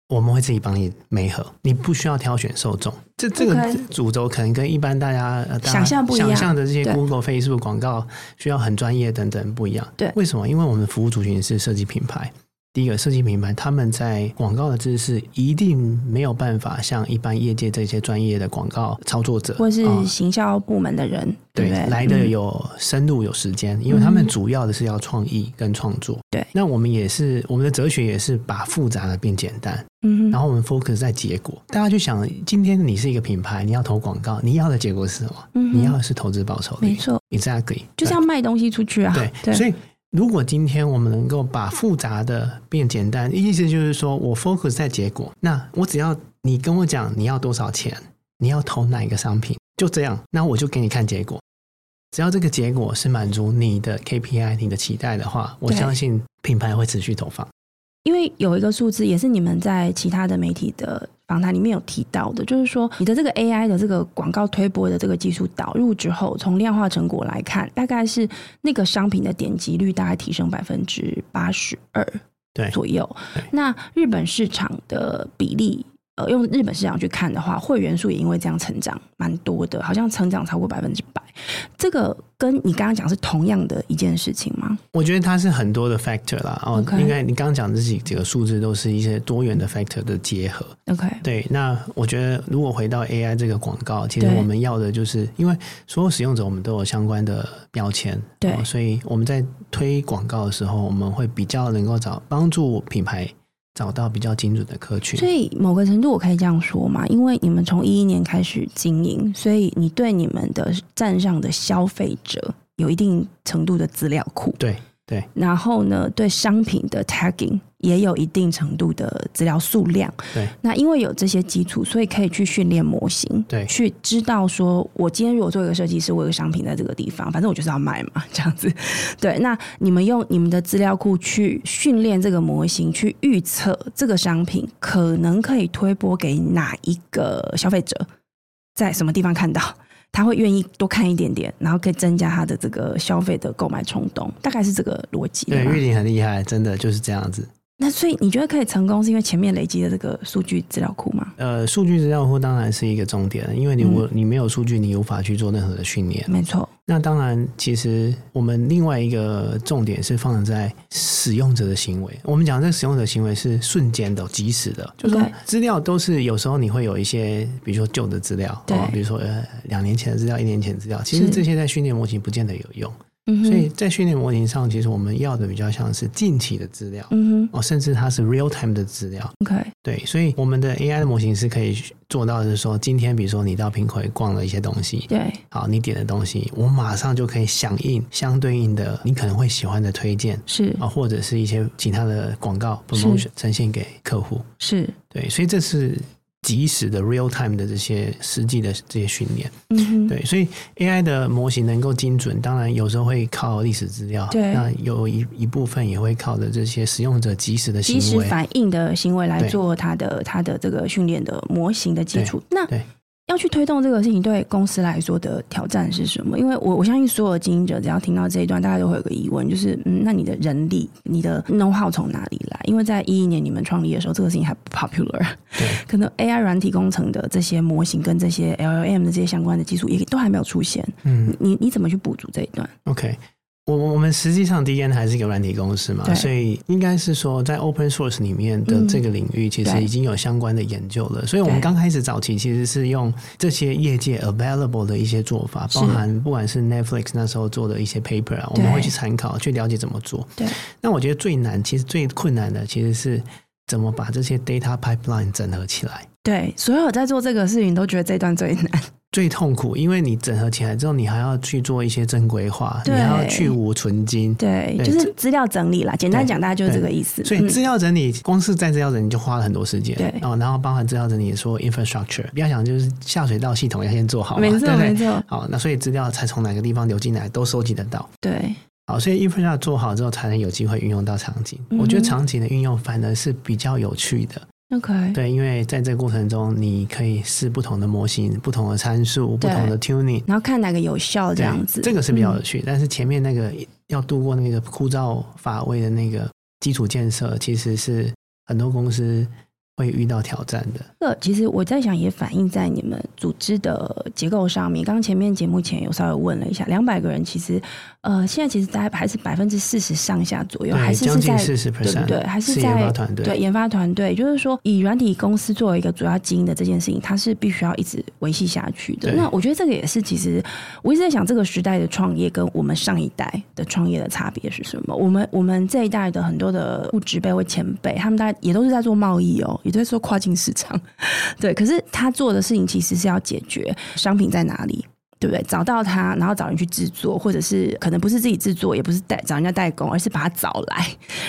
[SPEAKER 2] 我们会自己帮你媒合，你不需要挑选受众。这这个
[SPEAKER 1] OK
[SPEAKER 2] 主轴可能跟一般大家,、呃、大家
[SPEAKER 1] 想象不一样
[SPEAKER 2] 想象的这些
[SPEAKER 1] 对
[SPEAKER 2] Google、Facebook 广告需要很专业等等不一样。
[SPEAKER 1] 对
[SPEAKER 2] 为什么？因为我们服务族群是设计品牌。第一个设计品牌，他们在广告的知识一定没有办法像一般业界这些专业的广告操作者，
[SPEAKER 1] 或是
[SPEAKER 2] 啊
[SPEAKER 1] 行销部门的人，对
[SPEAKER 2] 对
[SPEAKER 1] 不对？
[SPEAKER 2] 来的
[SPEAKER 1] 嗯
[SPEAKER 2] 有深入有时间，因为他们主要的是要创意跟创作。
[SPEAKER 1] 对
[SPEAKER 2] 那我们也是我们的哲学也是把复杂的变简单，
[SPEAKER 1] 嗯哼，
[SPEAKER 2] 然后我们 focus 在结果。大家就想，今天你是一个品牌，你要投广告，你要的结果是什么？
[SPEAKER 1] 嗯哼
[SPEAKER 2] 你要的是投资报酬
[SPEAKER 1] 没
[SPEAKER 2] 率
[SPEAKER 1] 错，
[SPEAKER 2] ，exactly，
[SPEAKER 1] 就是要卖东西出去啊，
[SPEAKER 2] 对对。所以如果今天我们能够把复杂的变简单，意思就是说我 focus 在结果，那我只要你跟我讲你要多少钱，你要投哪一个商品，就这样，那我就给你看结果。只要这个结果是满足你的 KPI、你的期待的话，我
[SPEAKER 1] 对
[SPEAKER 2] 相信品牌会持续投放。
[SPEAKER 1] 因为有一个数字也是你们在其他的媒体的访谈里面有提到的，就是说你的这个 AI 的这个广告推播的这个技术导入之后，从量化成果来看，大概是那个商品的点击率大概提升百分之八十二
[SPEAKER 2] 对
[SPEAKER 1] 左右
[SPEAKER 2] 对。
[SPEAKER 1] 那日本市场的比例。呃，用日本市场去看的话，会员数也因为这样成长蛮多的，好像成长超过百分之百。这个跟你刚刚讲是同样的一件事情吗？
[SPEAKER 2] 我觉得它是很多的 factor 啦。哦
[SPEAKER 1] OK 嗯
[SPEAKER 2] 应该你刚刚讲这几几个数字都是一些多元的 factor 的结合。
[SPEAKER 1] OK，
[SPEAKER 2] 对，那我觉得如果回到 AI 这个广告，其实
[SPEAKER 1] 对
[SPEAKER 2] 我们要的就是，因为所有使用者我们都有相关的标签，
[SPEAKER 1] 对
[SPEAKER 2] 哦所以我们在推广告的时候，我们会比较能够找帮助品牌找到比较精准的客群
[SPEAKER 1] 所。以某个程度我可以这样说嘛，因为你们从一一年开始经营，所以你对你们的站上的消费者有一定程度的资料库，
[SPEAKER 2] 对对
[SPEAKER 1] 然后呢，对商品的 tagging 也有一定程度的资料数量。
[SPEAKER 2] 对
[SPEAKER 1] 那因为有这些基础，所以可以去训练模型，
[SPEAKER 2] 对
[SPEAKER 1] 去知道说，我今天如果做一个设计师，我有个商品在这个地方，反正我就是要卖嘛，这样子。 对，那你们用你们的资料库去训练这个模型，去预测这个商品可能可以推播给哪一个消费者，在什么地方看到。 他会愿意多看一点点，然后可以增加他的这个消费的购买冲动，大概是这个逻辑。
[SPEAKER 2] 对，
[SPEAKER 1] 吧？
[SPEAKER 2] 玉玲很厉害，真的就是这样子。
[SPEAKER 1] 那所以你觉得可以成功，是因为前面累积的这个数据资料库吗？
[SPEAKER 2] 呃，数据资料库当然是一个重点，因为你
[SPEAKER 1] 嗯
[SPEAKER 2] 无、你没有数据，你无法去做任何的训练。
[SPEAKER 1] 没错，
[SPEAKER 2] 那当然，其实我们另外一个重点是放在使用者的行为。我们讲这个使用者行为是瞬间的、即时的，就是说
[SPEAKER 1] OK
[SPEAKER 2] 资料都是有时候你会有一些，比如说旧的资料，
[SPEAKER 1] 对
[SPEAKER 2] 比如说呃两年前的资料、一年前的资料，其实
[SPEAKER 1] 是
[SPEAKER 2] 这些在训练模型不见得有用。
[SPEAKER 1] 嗯
[SPEAKER 2] 所以，在训练模型上，其实我们要的比较像是近期的资料。
[SPEAKER 1] 嗯哼
[SPEAKER 2] 哦，甚至它是 real time 的资料，
[SPEAKER 1] ，OK，
[SPEAKER 2] 对，所以我们的 AI 的模型是可以做到，的是说，今天比如说你到苹果逛了一些东西，
[SPEAKER 1] 对，
[SPEAKER 2] 好，你点的东西，我马上就可以响应相对应的你可能会喜欢的推荐
[SPEAKER 1] 是
[SPEAKER 2] 啊，或者是一些其他的广告
[SPEAKER 1] 是
[SPEAKER 2] promotion 呈现给客户。
[SPEAKER 1] 是，
[SPEAKER 2] 对，所以这是及时的 real time 的这些实际的这些训练。
[SPEAKER 1] 嗯哼，
[SPEAKER 2] 对，所以 AI 的模型能够精准，当然有时候会靠历史资料，
[SPEAKER 1] 对
[SPEAKER 2] 那有一一部分也会靠着这些使用者及时的
[SPEAKER 1] 及时
[SPEAKER 2] 行为。
[SPEAKER 1] 反应的行为来
[SPEAKER 2] 对
[SPEAKER 1] 做它的它的这个训练的模型的基础。那
[SPEAKER 2] 对
[SPEAKER 1] 要去推动这个事情，对公司来说的挑战是什么？因为我我相信所有的经营者只要听到这一段，大家都会有个疑问，就是嗯，那你的人力、你的 know how 从哪里来？因为在一一年你们创立的时候，这个事情还不 popular，
[SPEAKER 2] 对
[SPEAKER 1] 可能 AI 软体工程的这些模型跟这些 LLM 的这些相关的技术也都还没有出现。
[SPEAKER 2] 嗯
[SPEAKER 1] 你你你怎么去补足这一段？
[SPEAKER 2] ，OK。我我们实际上 DN 还是一个软体公司嘛，
[SPEAKER 1] 对
[SPEAKER 2] 所以应该是说在 open source 里面的
[SPEAKER 1] 嗯
[SPEAKER 2] 这个领域，其实
[SPEAKER 1] 对
[SPEAKER 2] 已经有相关的研究了。所以我们
[SPEAKER 1] 对
[SPEAKER 2] 刚开始早期其实是用这些业界 available 的一些做法，
[SPEAKER 1] 是
[SPEAKER 2] 包含不管是 Netflix 那时候做的一些 paper 啊，我们
[SPEAKER 1] 对
[SPEAKER 2] 会去参考，去了解怎么做。
[SPEAKER 1] 对，
[SPEAKER 2] 那我觉得最难，其实最困难的其实是怎么把这些 data pipeline 整合起来。
[SPEAKER 1] 对，所有在做这个事情都觉得这一段最难。
[SPEAKER 2] 最痛苦，因为你整合起来之后，你还要去做一些正规化，你
[SPEAKER 1] 对
[SPEAKER 2] 还要去无存金，
[SPEAKER 1] 对，
[SPEAKER 2] 对
[SPEAKER 1] 就是资料整理啦，简单
[SPEAKER 2] 对
[SPEAKER 1] 讲，大家就是这个意思。
[SPEAKER 2] 所以资料整理、光是在资料整理就花了很多时间。
[SPEAKER 1] 嗯对
[SPEAKER 2] 哦，然后包含资料整理说 infrastructure，不要想就是下水道系统要先做好嘛，
[SPEAKER 1] 没
[SPEAKER 2] 啊 对
[SPEAKER 1] 错
[SPEAKER 2] 不
[SPEAKER 1] 没
[SPEAKER 2] 对？
[SPEAKER 1] 错，
[SPEAKER 2] 好，那所以资料才从哪个地方流进来都收集得到。
[SPEAKER 1] 对
[SPEAKER 2] 好，所以 infrastructure 做好之后，才能有机会运用到场景。
[SPEAKER 1] 嗯哼
[SPEAKER 2] 我觉得场景的运用反而是比较有趣的。
[SPEAKER 1] ，OK，
[SPEAKER 2] 对，因为在这个过程中，你可以试不同的模型、不同的参数、不
[SPEAKER 1] 对
[SPEAKER 2] 同的 tuning，
[SPEAKER 1] 然后看哪个有效这
[SPEAKER 2] 对
[SPEAKER 1] 样子，
[SPEAKER 2] 这个是比较有
[SPEAKER 1] 嗯
[SPEAKER 2] 趣。但是前面那个要度过那个枯燥乏味的那个基础建设，其实是很多公司会遇到挑战的。
[SPEAKER 1] 这个其实我在想，也反映在你们组织的结构上面。刚前面节目前有稍微问了一下，两百个人其实，呃，现在其实大概还是百分之四十上下左右，还
[SPEAKER 2] 对，
[SPEAKER 1] 是
[SPEAKER 2] 将
[SPEAKER 1] 是
[SPEAKER 2] 近
[SPEAKER 1] 在
[SPEAKER 2] 四十
[SPEAKER 1] 对
[SPEAKER 2] percent，
[SPEAKER 1] 不对？还是
[SPEAKER 2] 是研发
[SPEAKER 1] 在
[SPEAKER 2] 团队。
[SPEAKER 1] 对研发团队，就是说以软体公司作为一个主要经营的这件事情，它是必须要一直维系下去的。
[SPEAKER 2] 对
[SPEAKER 1] 那我觉得这个也是，其实我一直在想，这个时代的创业跟我们上一代的创业的差别是什么？我们我们这一代的很多的父职辈或前辈，他们大概也都是在做贸易哦，也都在做跨境市场， 对。可是他做的事情其实是要解决商品在哪里。对不对？找到它，然后找人去制作，或者是可能不是自己制作，也不是代找人家代工，而是把它找来，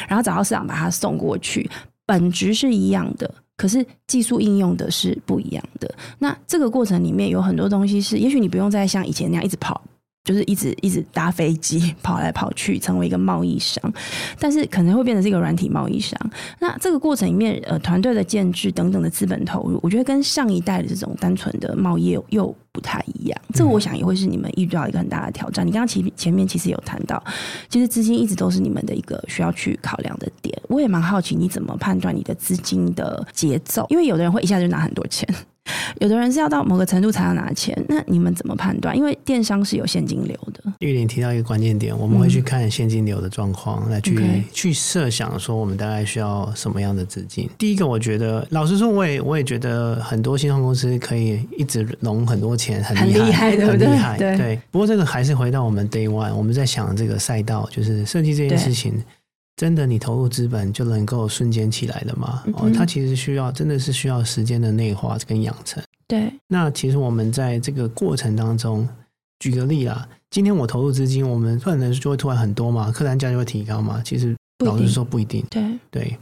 [SPEAKER 1] 然后找到市场把它送过去，本质是一样的，可是技术应用的是不一样的。那这个过程里面有很多东西是，也许你不用再像以前那样一直跑。就是一直一直搭飞机 跑来跑去，成为一个贸易商，但是可能会变成是一个软体贸易商。那这个过程里面，呃，团队的建制等等的资本投入，我觉得跟上一代的这种单纯的贸易又又不太一样。这个我想也会是你们遇到一个很大的挑战。你刚刚前前面其实有谈到，其实资金一直都是你们的一个需要去考量的点。我也蛮好奇你怎么判断你的资金的节奏，因为有的人会一下就拿很多钱， 有的人是要到某个程度才要拿钱。那你们怎么判断？因为电商是有现金流的，
[SPEAKER 2] 玉林提到一个关键点，我们会去看现金流的状况，来去
[SPEAKER 1] 嗯 OK
[SPEAKER 2] 去设想说我们大概需要什么样的资金。第一个，我觉得老实说，我也我也觉得很多新创公司可以一直融很多钱，很厉
[SPEAKER 1] 很厉害对不
[SPEAKER 2] 很
[SPEAKER 1] 对
[SPEAKER 2] 厉害
[SPEAKER 1] 对
[SPEAKER 2] 不过这个还是回到我们 day one，我们在想这个赛道，就是设计这件事情。真的，你投入资本就能够瞬间起来的吗？
[SPEAKER 1] 嗯
[SPEAKER 2] 哦
[SPEAKER 1] 哼，
[SPEAKER 2] 它其实需要真的是需要时间的内化跟养成。
[SPEAKER 1] 对，
[SPEAKER 2] 那其实我们在这个过程当中，举个例啦，今天我投入资金，我们可能就会突然很多嘛，客单价就会提高嘛。其实
[SPEAKER 1] 不
[SPEAKER 2] 老
[SPEAKER 1] 一
[SPEAKER 2] 实
[SPEAKER 1] 定，
[SPEAKER 2] 说不一定，
[SPEAKER 1] 对，
[SPEAKER 2] 对。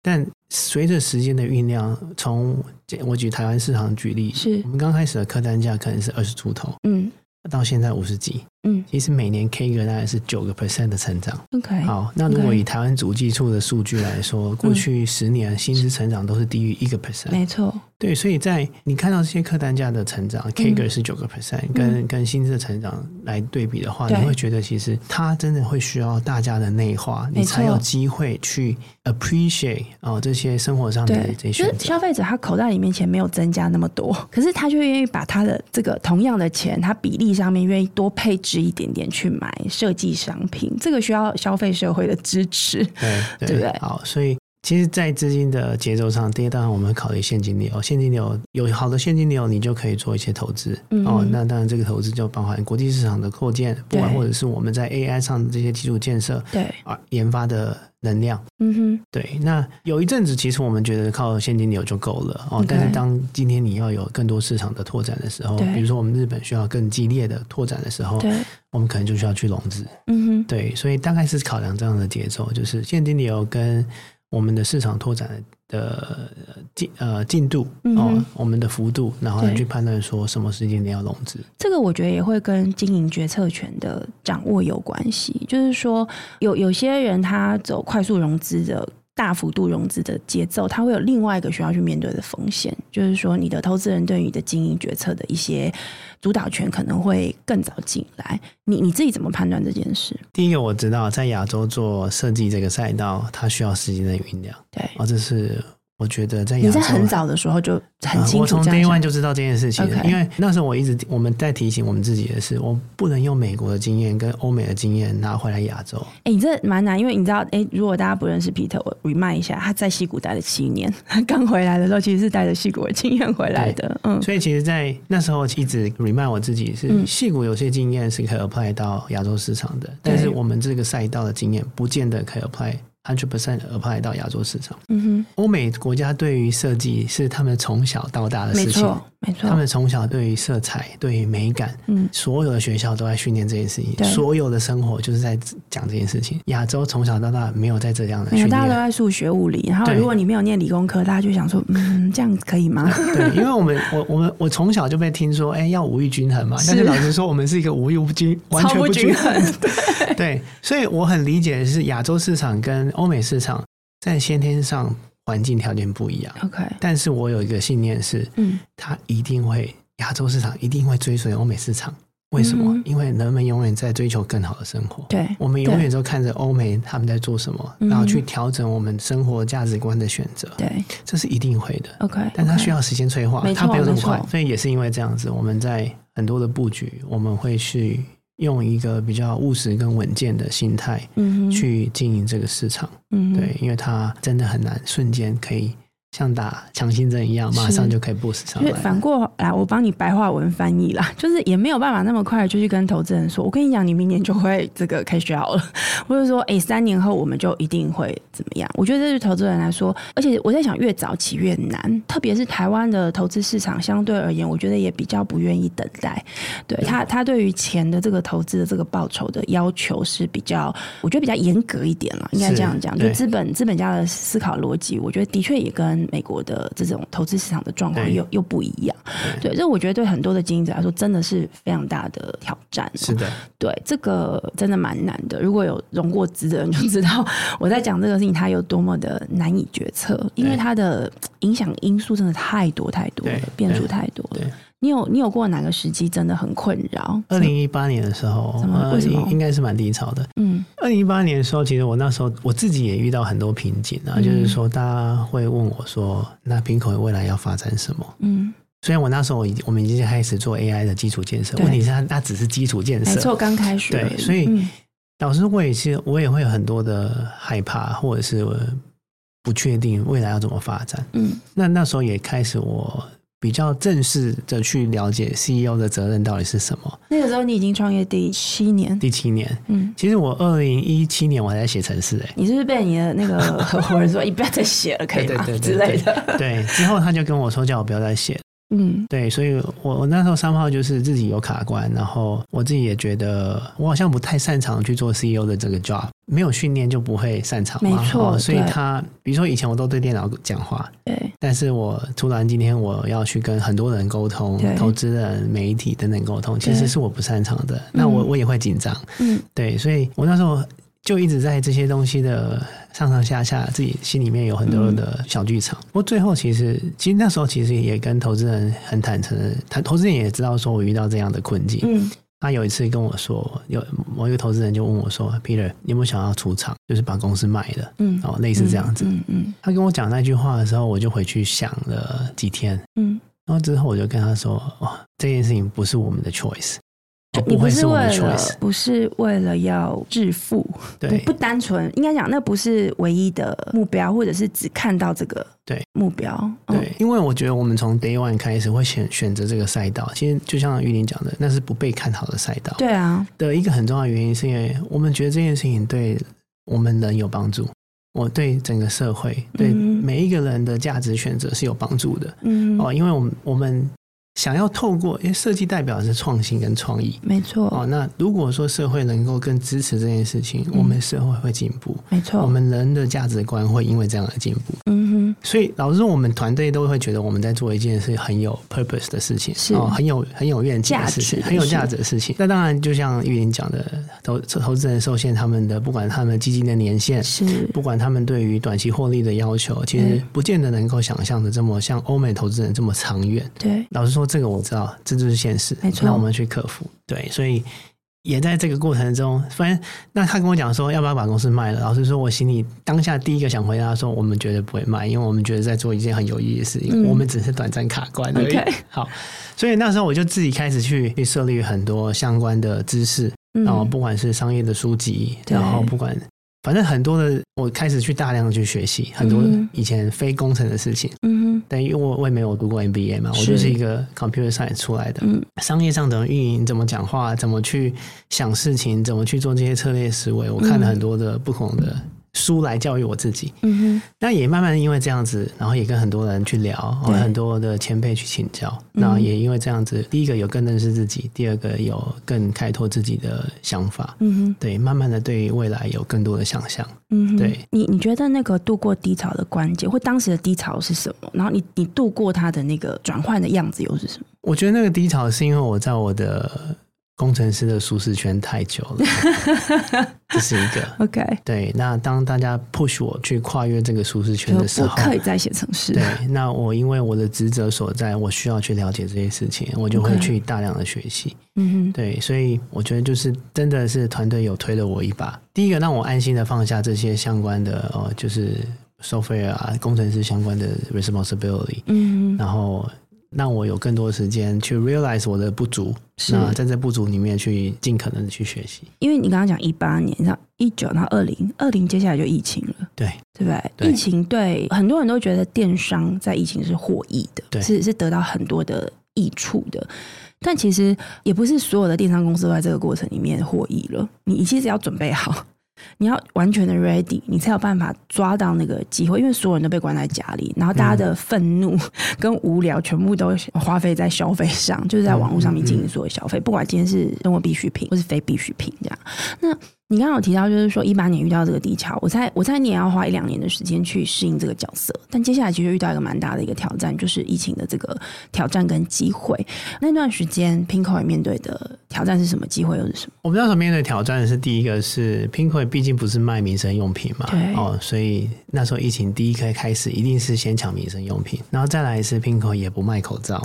[SPEAKER 2] 但随着时间的酝酿，从我举台湾市场举例，
[SPEAKER 1] 是
[SPEAKER 2] 我，们刚开始的客单价可能是二十出头，
[SPEAKER 1] 嗯
[SPEAKER 2] 到现在五十几，
[SPEAKER 1] 嗯
[SPEAKER 2] 其实每年 K 个大概是九个 percent 的成长。
[SPEAKER 1] ，OK，
[SPEAKER 2] 好，那如果
[SPEAKER 1] OK
[SPEAKER 2] 以台湾主计处的数据来说，过去十年薪资成长都是低于一个 percent，
[SPEAKER 1] 嗯没错，
[SPEAKER 2] 对，所以在你看到这些客单价的成
[SPEAKER 1] 嗯
[SPEAKER 2] 长，K 个是九个 percent，跟跟薪资的成长来对比的话，
[SPEAKER 1] 对
[SPEAKER 2] 你会觉得其实它真的会需要大家的内化，
[SPEAKER 1] 没
[SPEAKER 2] 你
[SPEAKER 1] 错
[SPEAKER 2] 才有机会去 appreciate 哦这些生活上的
[SPEAKER 1] 对，就是
[SPEAKER 2] 这些选择。
[SPEAKER 1] 消费者他口袋里面钱没有增加那么多， 可是他却愿意把他的这个同样的钱，他比例上面愿意多配置一点点去买设计商品，这个需要消费社会的支持。
[SPEAKER 2] 对对
[SPEAKER 1] 对不对
[SPEAKER 2] 好，所以其实，在资金的节奏上，第一当然我们会考虑现金流，现金流有好的现金流，你就可以做一些投资、
[SPEAKER 1] 嗯
[SPEAKER 2] 哦。那当然，这个投资就包含国际市场的扩建，不管
[SPEAKER 1] 对
[SPEAKER 2] 或者是我们在 AI 上的这些基础建设
[SPEAKER 1] 对，
[SPEAKER 2] 啊研发的能量。
[SPEAKER 1] 嗯哼，
[SPEAKER 2] 对，那有一阵子，其实我们觉得靠现金流就够了哦。
[SPEAKER 1] OK
[SPEAKER 2] 但是当今天你要有更多市场的拓展的时候，
[SPEAKER 1] 对
[SPEAKER 2] 比如说我们日本需要更激烈的拓展的时候，
[SPEAKER 1] 对，
[SPEAKER 2] 我们可能就需要去融资。
[SPEAKER 1] 嗯哼，
[SPEAKER 2] 对，所以大概是考量这样的节奏，就是现金流跟我们的市场拓展的的呃进呃进度哦，
[SPEAKER 1] 嗯哼
[SPEAKER 2] 我们的幅度，然后来
[SPEAKER 1] 对
[SPEAKER 2] 去判断说什么时间点要融资。
[SPEAKER 1] 这个我觉得也会跟经营决策权的掌握有关系。就是说，有有些人他走快速融资的。大幅度融资的节奏，他会有另外一个需要去面对的风险，就是说你的投资人对于你的经营决策的一些主导权可能会更早进来。你你自己怎么判断这件事？
[SPEAKER 2] 第一个我知道，在亚洲做设计这个赛道，它需要时间的酝酿
[SPEAKER 1] 对，
[SPEAKER 2] 哦，这是我觉得在亚
[SPEAKER 1] 你
[SPEAKER 2] 洲
[SPEAKER 1] 在很早的时候就很
[SPEAKER 2] 啊
[SPEAKER 1] 清
[SPEAKER 2] 我
[SPEAKER 1] 楚
[SPEAKER 2] 从
[SPEAKER 1] 这
[SPEAKER 2] day
[SPEAKER 1] 样
[SPEAKER 2] one
[SPEAKER 1] 想。
[SPEAKER 2] 就知道这件事情了
[SPEAKER 1] OK
[SPEAKER 2] 因为那时候我一直我们在提醒我们自己的是，我不能用美国的经验跟欧美的经验拿回来亚洲。
[SPEAKER 1] 哎、你这蛮难，因为你知道，哎、如果大家不认识 Peter，我 remind 一下，他在西谷待了七年，他刚回来的时候其实是带着西谷的经验回来的。嗯，
[SPEAKER 2] 所以其实，在那时候一直 remind 我自己是，
[SPEAKER 1] 嗯
[SPEAKER 2] 戏骨有些经验是可以 apply 到亚洲市场的，但是我们这个赛道的经验不见得可以 apply。hundred percent apply 到亚洲市场，
[SPEAKER 1] 嗯
[SPEAKER 2] 欧美国家对于设计是他们从小到大的
[SPEAKER 1] 哼，没
[SPEAKER 2] 呃事情，
[SPEAKER 1] 错，没错。
[SPEAKER 2] 他们从小对于色彩、对于美感，
[SPEAKER 1] 嗯
[SPEAKER 2] 所有的学校都在训练这件事情，
[SPEAKER 1] 对
[SPEAKER 2] 所有的生活就是在讲这件事情。亚洲从小到大没有在这样的
[SPEAKER 1] 没有，
[SPEAKER 2] 训
[SPEAKER 1] 大家都
[SPEAKER 2] 练。
[SPEAKER 1] 在数学、物理，然后
[SPEAKER 2] 对
[SPEAKER 1] 如果你没有念理工科，大家就想说，嗯，这样可以吗？
[SPEAKER 2] 对，因为我们我我们我从小就被听说，哎、要五育均衡嘛。
[SPEAKER 1] 是
[SPEAKER 2] 但是老师说，我们是一个无育 不均， 完全
[SPEAKER 1] 超不
[SPEAKER 2] 均
[SPEAKER 1] 均衡。
[SPEAKER 2] 对，所以我很理解的是，亚洲市场跟欧美市场在先天上环境条件不一样，
[SPEAKER 1] OK，
[SPEAKER 2] 但是我有一个信念是，
[SPEAKER 1] 嗯，
[SPEAKER 2] 它一定会亚洲市场一定会追随欧美市场。为什么？
[SPEAKER 1] 嗯
[SPEAKER 2] 因为人们永远在追求更好的生活。
[SPEAKER 1] 对，
[SPEAKER 2] 我们永远都看着欧美他们在做什么，然后
[SPEAKER 1] 嗯
[SPEAKER 2] 去调整我们生活价值观的选择，
[SPEAKER 1] 对对
[SPEAKER 2] 这是一定会的。
[SPEAKER 1] ，OK，
[SPEAKER 2] 但它需
[SPEAKER 1] 要
[SPEAKER 2] 要时间催化
[SPEAKER 1] 没，错
[SPEAKER 2] 它没有那么
[SPEAKER 1] 没错
[SPEAKER 2] 快，所以也是因为这样子，我们在很多的布局，我们会去用一个比较务实跟稳健的心态
[SPEAKER 1] 嗯哼，
[SPEAKER 2] 去经营这个市场。
[SPEAKER 1] 嗯哼
[SPEAKER 2] 对，因为它真的很难瞬间可以像打强心针一样，
[SPEAKER 1] 是
[SPEAKER 2] 马上就可以 boost 上
[SPEAKER 1] 就是
[SPEAKER 2] 来。
[SPEAKER 1] 反过来，我帮你白话文翻译啦， 就是也没有办法那么快就去跟投资人说，我跟你讲，你明年就会这个开学好了， 或者说，哎、三年后我们就一定会怎么样？我觉得这对投资人来说，而且我在想，越早起越难，特别是台湾的投资市场相对而言，我觉得也比较不愿意等待，对他，他对于钱的这个投资的这个报酬的要求是比较，我觉得比较严格一点了，应该
[SPEAKER 2] 是
[SPEAKER 1] 这样讲，就
[SPEAKER 2] 对
[SPEAKER 1] 资本资本家的思考逻辑，我觉得的确也跟美国的这种投资市场的状况
[SPEAKER 2] 对
[SPEAKER 1] 又又不一样。对，这我觉得对很多的经营者来说，真的是非常大的挑战。哦
[SPEAKER 2] 是的，
[SPEAKER 1] 对，这个真的蛮难的。如果有融过资的人就知道我在讲这个事情，它有多么的难以决策，因为
[SPEAKER 2] 对
[SPEAKER 1] 它的影响因素真的太多太多了
[SPEAKER 2] 对，
[SPEAKER 1] 变数
[SPEAKER 2] 对
[SPEAKER 1] 太多了
[SPEAKER 2] 对。
[SPEAKER 1] 你有你有过哪个时机真的很困扰？
[SPEAKER 2] 二零一八年的时候，
[SPEAKER 1] 怎么
[SPEAKER 2] 呃
[SPEAKER 1] 为什么
[SPEAKER 2] 应应该是蛮低潮的。
[SPEAKER 1] 嗯
[SPEAKER 2] 二零一八年的时候，其实我那时候我自己也遇到很多瓶颈啊，
[SPEAKER 1] 嗯
[SPEAKER 2] 就是说大家会问我说，那瓶口未来要发展什么？
[SPEAKER 1] 嗯，
[SPEAKER 2] 虽然我那时候我已经我们已经开始做 AI 的基础建设，
[SPEAKER 1] 对
[SPEAKER 2] 问题是它它只是基础建
[SPEAKER 1] 没
[SPEAKER 2] 设。
[SPEAKER 1] 错，刚开始
[SPEAKER 2] 对
[SPEAKER 1] 而已
[SPEAKER 2] 所以
[SPEAKER 1] 嗯
[SPEAKER 2] 老师，我也是我也会有很多的害怕，或者是呃不确定未来要怎么发展。
[SPEAKER 1] 嗯
[SPEAKER 2] 那那时候也开始我比较正式的去了解 CEO 的责任到底是什么。
[SPEAKER 1] 那个时候你已经创业第七年，
[SPEAKER 2] 第七年，
[SPEAKER 1] 嗯，
[SPEAKER 2] 其实我二零一七年我还在写程式、欸，
[SPEAKER 1] 你是不是被你的那个 合伙人说你不要再写了，可以吗
[SPEAKER 2] 对对对对
[SPEAKER 1] 之类的？
[SPEAKER 2] 对，之后他就跟我说叫我不要再写了。
[SPEAKER 1] 嗯
[SPEAKER 2] 对，所以我我那时候三号就是自己有卡关，然后我自己也觉得我好像不太擅长去做 CEO 的这个 job，没有训练就不会擅长嘛。
[SPEAKER 1] 没错
[SPEAKER 2] 哦所以
[SPEAKER 1] 对
[SPEAKER 2] 他比如说以前我都对电脑讲话，
[SPEAKER 1] 嗯对
[SPEAKER 2] 但是我突然今天我要去跟很多人沟通
[SPEAKER 1] 对，
[SPEAKER 2] 投资人、媒体等等沟通，其
[SPEAKER 1] 对
[SPEAKER 2] 实是我不擅长的。那我
[SPEAKER 1] 嗯
[SPEAKER 2] 我也会紧张，
[SPEAKER 1] 嗯
[SPEAKER 2] 对，所以我那时候就一直在这些东西的上上下下，自己心里面有很
[SPEAKER 1] 嗯
[SPEAKER 2] 多的小剧场。不过最后其实，其实那时候其实也跟投资人很坦诚的，他投资人也知道说我遇到这样的困境。
[SPEAKER 1] 嗯
[SPEAKER 2] 他有一次跟我说，有某一个投资人就问我说：“Peter，你有没有想要出场，就是把公司卖了？”
[SPEAKER 1] 嗯，
[SPEAKER 2] 哦，类似这样子。
[SPEAKER 1] 嗯嗯
[SPEAKER 2] 他跟我讲那句话的时候，我就回去想了几天，
[SPEAKER 1] 嗯，
[SPEAKER 2] 然后之后我就跟他说：“哦，这件事情不是我们的 choice，
[SPEAKER 1] 就哦你
[SPEAKER 2] 哦不会
[SPEAKER 1] 是
[SPEAKER 2] 我
[SPEAKER 1] 为
[SPEAKER 2] 们的
[SPEAKER 1] 了
[SPEAKER 2] choice。
[SPEAKER 1] 不是为了要致富，”
[SPEAKER 2] 对，
[SPEAKER 1] 不不单纯，应该讲那不是唯一的目标，或者是只看到这个
[SPEAKER 2] 对
[SPEAKER 1] 目标，嗯
[SPEAKER 2] 对，哦因为我觉得我们从 day one 开始会选选择这个赛道，其实就像玉林讲的，那是不被看好的赛道。
[SPEAKER 1] 对啊，
[SPEAKER 2] 的一个很重要的原因，是因为我们觉得这件事情对我们人有帮助，我对整个社会、对
[SPEAKER 1] 嗯
[SPEAKER 2] 每一个人的价值选择是有帮助的。
[SPEAKER 1] 嗯，
[SPEAKER 2] 哦，因为我们我们想要透过，因为设计代表的是创新跟创意。
[SPEAKER 1] 没错，
[SPEAKER 2] 哦，那如果说社会能够更支持这件事情，
[SPEAKER 1] 嗯哦
[SPEAKER 2] 我们社会会进步，
[SPEAKER 1] 没
[SPEAKER 2] 我
[SPEAKER 1] 错，
[SPEAKER 2] 们人的价值观会因为这样而进步。
[SPEAKER 1] 嗯哼，
[SPEAKER 2] 所以老实说，我们团队都会觉得我们在做一件是很有 purpose 的事情，
[SPEAKER 1] 是
[SPEAKER 2] 哦，很有很有愿景的事
[SPEAKER 1] 价值
[SPEAKER 2] 情，
[SPEAKER 1] 的
[SPEAKER 2] 很有价值的事情。那当然，就像玉林讲的，投投资人受限他们的不管他们基金的年限，
[SPEAKER 1] 是
[SPEAKER 2] 不管他们对于短期获利的要求，其实
[SPEAKER 1] 嗯
[SPEAKER 2] 不见得能够想象的这么像欧美投资人这么长远。
[SPEAKER 1] 对，
[SPEAKER 2] 老实说，这个我知道，这就是现实，
[SPEAKER 1] 没错
[SPEAKER 2] 那我们去克服。对，所以也在这个过程中，反正那他跟我讲说要不要把公司卖了，老实说，我心里当下第一个想回答说，我们绝对不会卖，因为我们觉得在做一件很有意义的事情，
[SPEAKER 1] 嗯
[SPEAKER 2] 我们只是短暂卡关而已。
[SPEAKER 1] OK
[SPEAKER 2] 好，所以那时候我就自己开始去去涉猎很多相关的知识，然后
[SPEAKER 1] 嗯，
[SPEAKER 2] 哦不管是商业的书籍，
[SPEAKER 1] 对
[SPEAKER 2] 然后不管。反正很多的，我开始去大量的去学习很多
[SPEAKER 1] 嗯
[SPEAKER 2] 以前非工程的事情，
[SPEAKER 1] 嗯
[SPEAKER 2] 但因为我我也没有读过 MBA 嘛，我
[SPEAKER 1] 是
[SPEAKER 2] 就是一个 computer science 出来的
[SPEAKER 1] 哼，嗯，
[SPEAKER 2] 商业上的运营怎么讲话，怎么去想事情，怎么去做这些策略思维，我看了很多的不同的书来教育我自己。
[SPEAKER 1] 嗯哼，
[SPEAKER 2] 那也慢慢因为这样子，然后也跟很多人去聊，
[SPEAKER 1] 对
[SPEAKER 2] 很多的前辈去请教。
[SPEAKER 1] 嗯
[SPEAKER 2] 那也因为这样子，第一个有更认识自己，第二个有更开拓自己的想法。
[SPEAKER 1] 嗯哼，
[SPEAKER 2] 对，慢慢的对未来有更多的想象。
[SPEAKER 1] 嗯哼，
[SPEAKER 2] 对
[SPEAKER 1] 你你觉得那个度过低潮的关键，或当时的低潮是什么？然后你你度过它的那个转换的样子又是什么？
[SPEAKER 2] 我觉得那个低潮是因为我在我的工程师的舒适圈太久了，这是一个。
[SPEAKER 1] OK，
[SPEAKER 2] 对，那当大家 push 我去跨越这个舒适圈的时
[SPEAKER 1] 我
[SPEAKER 2] 候，
[SPEAKER 1] 可以再写城市，
[SPEAKER 2] 对，那我因为我的职责所在，我需要去了解这些事情，我就会
[SPEAKER 1] OK
[SPEAKER 2] 去大量的学习。
[SPEAKER 1] 嗯哼，
[SPEAKER 2] 对，所以我觉得就是真的是团队有推了我一把。第一个让我安心的放下这些相关的呃，就是 software 啊，工程师相关的 responsibility，
[SPEAKER 1] 嗯哼，
[SPEAKER 2] 然后让我有更多时间去 realize 我的不足，
[SPEAKER 1] 是
[SPEAKER 2] 那在这不足里面去尽可能的去学习。
[SPEAKER 1] 因为你刚刚讲一八年，然后一九，然后二零，二零接下来就疫情了。
[SPEAKER 2] 对，
[SPEAKER 1] 对不对？
[SPEAKER 2] 对
[SPEAKER 1] 疫情对很多人都觉得电商在疫情是获益的，
[SPEAKER 2] 对
[SPEAKER 1] 是是得到很多的益处的。但其实也不是所有的电商公司都在这个过程里面获益了。你其实要准备好，你要完全的 ready，你才有办法抓到那个机会。因为所有人都被关在家里，然后大
[SPEAKER 2] 嗯
[SPEAKER 1] 家的愤怒跟无聊全部都花费在消费上， 就是在网络上面进行所有消费，不管今天是生活必需品或是非必需品这样。那你刚刚有提到，就是说一八年遇到这个低潮，我猜我猜你也要花一两年的时间去适应这个角色，但接下来其实遇到一个蛮大的一个挑战，就是疫情的这个挑战跟机会。那段时间 Pinko 也面对的挑战是什么？机会又是什么？
[SPEAKER 2] 我们那时候面对的挑战是第一个是 Pinko，毕竟不是卖民生用品嘛
[SPEAKER 1] 对，
[SPEAKER 2] 哦，所以那时候疫情第一开开始，一定是先抢民生用品，然后再来是 Pinko 也不卖口 罩，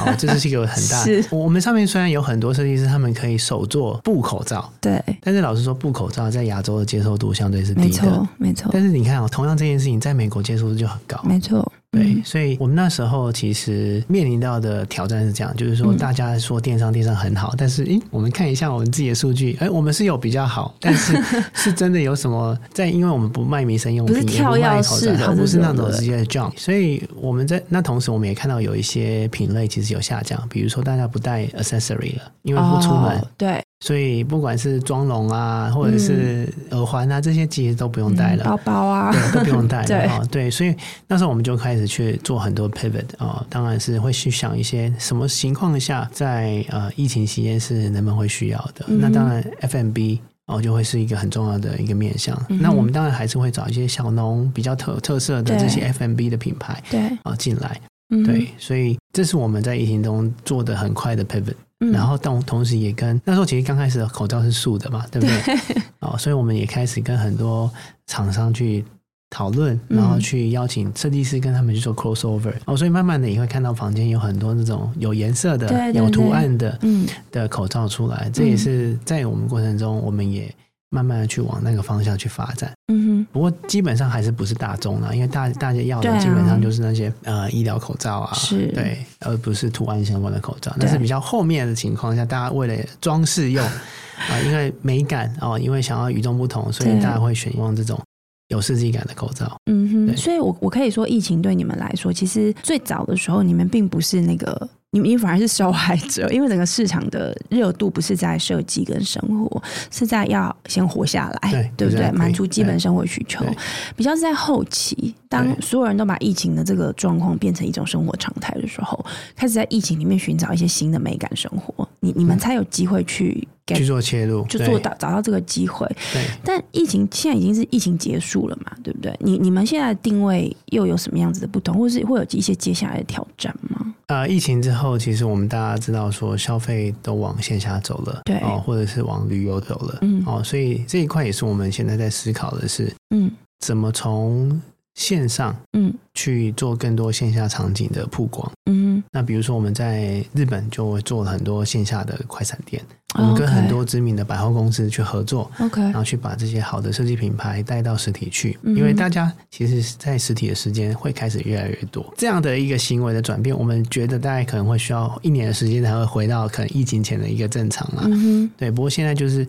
[SPEAKER 2] 哦，这就是一个很大
[SPEAKER 1] 是。
[SPEAKER 2] 我我们上面虽然有很多设计师，他们可以手做布口罩，
[SPEAKER 1] 对，
[SPEAKER 2] 但是老实说，布口罩在亚洲的接受度相对是
[SPEAKER 1] 没
[SPEAKER 2] 低的
[SPEAKER 1] 错。，没错，
[SPEAKER 2] 但是你看哦，同样这件事情在美国接受度就很高，
[SPEAKER 1] 没错，
[SPEAKER 2] 对
[SPEAKER 1] 嗯，，
[SPEAKER 2] 所以我们那时候其实面临到的挑战是这样，就是说
[SPEAKER 1] 嗯
[SPEAKER 2] 大家说电商电商很好，但是诶，我们看一下我们自己的数据，诶，我们是有比较 好，但是是真的有什么在？因为我们不卖民生用品，
[SPEAKER 1] 不是
[SPEAKER 2] 也不卖
[SPEAKER 1] 跳跃
[SPEAKER 2] 口
[SPEAKER 1] 式
[SPEAKER 2] 罩，
[SPEAKER 1] 的
[SPEAKER 2] 它不是
[SPEAKER 1] 这
[SPEAKER 2] 那
[SPEAKER 1] 种
[SPEAKER 2] 种
[SPEAKER 1] 对
[SPEAKER 2] 直接的 jump，所以我们在那同时我们也看到有一些品类其实有下降，比如说大家不带 accessory 了，因为不出门，
[SPEAKER 1] 哦对，
[SPEAKER 2] 所以不管是妆容啊，或者是
[SPEAKER 1] 嗯
[SPEAKER 2] 耳环啊，这些其实都不用带了。
[SPEAKER 1] 包包啊，
[SPEAKER 2] 对，都不用带
[SPEAKER 1] 对
[SPEAKER 2] 了啊、对，所以那时候我们就开始去做很多 pivot 啊、当然是会去想一些什么情况下在呃疫情期间是人们会需要的。
[SPEAKER 1] 嗯哼
[SPEAKER 2] 那当然 FMB 哦就会是一个很重要的一个面向。
[SPEAKER 1] 嗯哼
[SPEAKER 2] 那我们当然还是会找一些小农比较特特色的
[SPEAKER 1] 对
[SPEAKER 2] 这些 FMB 的品牌
[SPEAKER 1] 对，
[SPEAKER 2] 啊、进来。
[SPEAKER 1] 嗯
[SPEAKER 2] 对，，所以这是我们在疫情中做的很快的 pivot。
[SPEAKER 1] 嗯
[SPEAKER 2] 然后同同时也跟那时候其实刚开始的口罩是素的嘛，对不对？哦，所以我们也开始跟很多厂商去讨论，
[SPEAKER 1] 嗯
[SPEAKER 2] 然后去邀请设计师跟他们去做 crossover。哦，所以慢慢的也会看到房间有很多那种有颜色的、
[SPEAKER 1] 对对
[SPEAKER 2] 有图案的
[SPEAKER 1] 嗯，
[SPEAKER 2] 的口罩出来，这也是在我们过程中，我们也慢慢的去往那个方向去发展。
[SPEAKER 1] 嗯
[SPEAKER 2] 不过基本上还是不是大众啊啦，因为大大家要
[SPEAKER 1] 对啊
[SPEAKER 2] 的基本上就是那些、呃医疗口罩啊，
[SPEAKER 1] 是
[SPEAKER 2] 对，而不是图案相关的口罩。
[SPEAKER 1] 对
[SPEAKER 2] 但是比较后面的情况下，大家为了装饰用啊、 因为美感哦、因为想要与众不同，所以
[SPEAKER 1] 对
[SPEAKER 2] 大家会选用这种有设计感的口罩。
[SPEAKER 1] 哼，嗯哼，
[SPEAKER 2] 对
[SPEAKER 1] 所以我我可以说，疫情对你们来说，其实最早的时候，你们并不是那个。你们你反而是受害者，因为整个市场的热度不是在设计跟生活，是在要先活下来，
[SPEAKER 2] 对
[SPEAKER 1] 不对？
[SPEAKER 2] exactly，
[SPEAKER 1] 满足基本
[SPEAKER 2] 对
[SPEAKER 1] 生活需求
[SPEAKER 2] 对，
[SPEAKER 1] 比较是在后期，当
[SPEAKER 2] 对
[SPEAKER 1] 所有人都把疫情的这个状况变成一种生活常态的时候，开始在疫情里面寻找一些新的美感生活，你你们才有机会去
[SPEAKER 2] 去
[SPEAKER 1] get，
[SPEAKER 2] 做切入，
[SPEAKER 1] 就
[SPEAKER 2] 对
[SPEAKER 1] 做到找到这个机会。
[SPEAKER 2] 对。
[SPEAKER 1] 但疫情现在已经是疫情结束了嘛，对不对？你你们现在的定位又有什么样子的不同，或是会有一些接下来的挑战吗？
[SPEAKER 2] 呃，疫情之后，其实我们大家知道说消费都往线下走了，
[SPEAKER 1] 对
[SPEAKER 2] 哦，或者是往旅游走了，
[SPEAKER 1] 嗯
[SPEAKER 2] 哦，所以这一块也是我们现在在思考的是
[SPEAKER 1] 嗯
[SPEAKER 2] 怎么从线上
[SPEAKER 1] 嗯
[SPEAKER 2] 去做更多线下场景的曝光。
[SPEAKER 1] 嗯，
[SPEAKER 2] 那比如说我们在日本就做了很多线下的快闪店，我
[SPEAKER 1] 哦
[SPEAKER 2] 们跟
[SPEAKER 1] OK
[SPEAKER 2] 很多啊知名的百货公司去合作，
[SPEAKER 1] OK，
[SPEAKER 2] 然后去把这些好的设计品牌带到实体去，
[SPEAKER 1] 嗯
[SPEAKER 2] 因为大家其实，在实体的时间会开始越来越多。这样的一个行为的转变，我们觉得大概可能会需要一年的时间才会回到可能疫情前的一个正常啦。
[SPEAKER 1] 嗯
[SPEAKER 2] 对，不过现在就是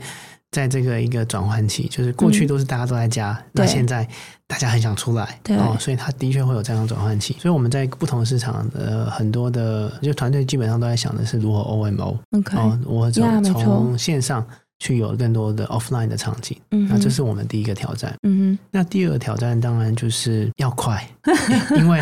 [SPEAKER 2] 在这个一个转换期，就是过去
[SPEAKER 1] 嗯
[SPEAKER 2] 都是大家都在家，那
[SPEAKER 1] 对
[SPEAKER 2] 现在大家很想出来，
[SPEAKER 1] 对
[SPEAKER 2] 哦，所以它的确会有这样的转换期。所以我们在不同市场呃很多的就团队基本上都在想的是如何 OMO
[SPEAKER 1] 哼，OK，
[SPEAKER 2] 哦，我走
[SPEAKER 1] Yeah，没错
[SPEAKER 2] 从线上去有更多的 offline 的场景，
[SPEAKER 1] 嗯哼，
[SPEAKER 2] 那这是我们第一个挑战。
[SPEAKER 1] 嗯哼，
[SPEAKER 2] 那第二个挑战当然就是要快，因为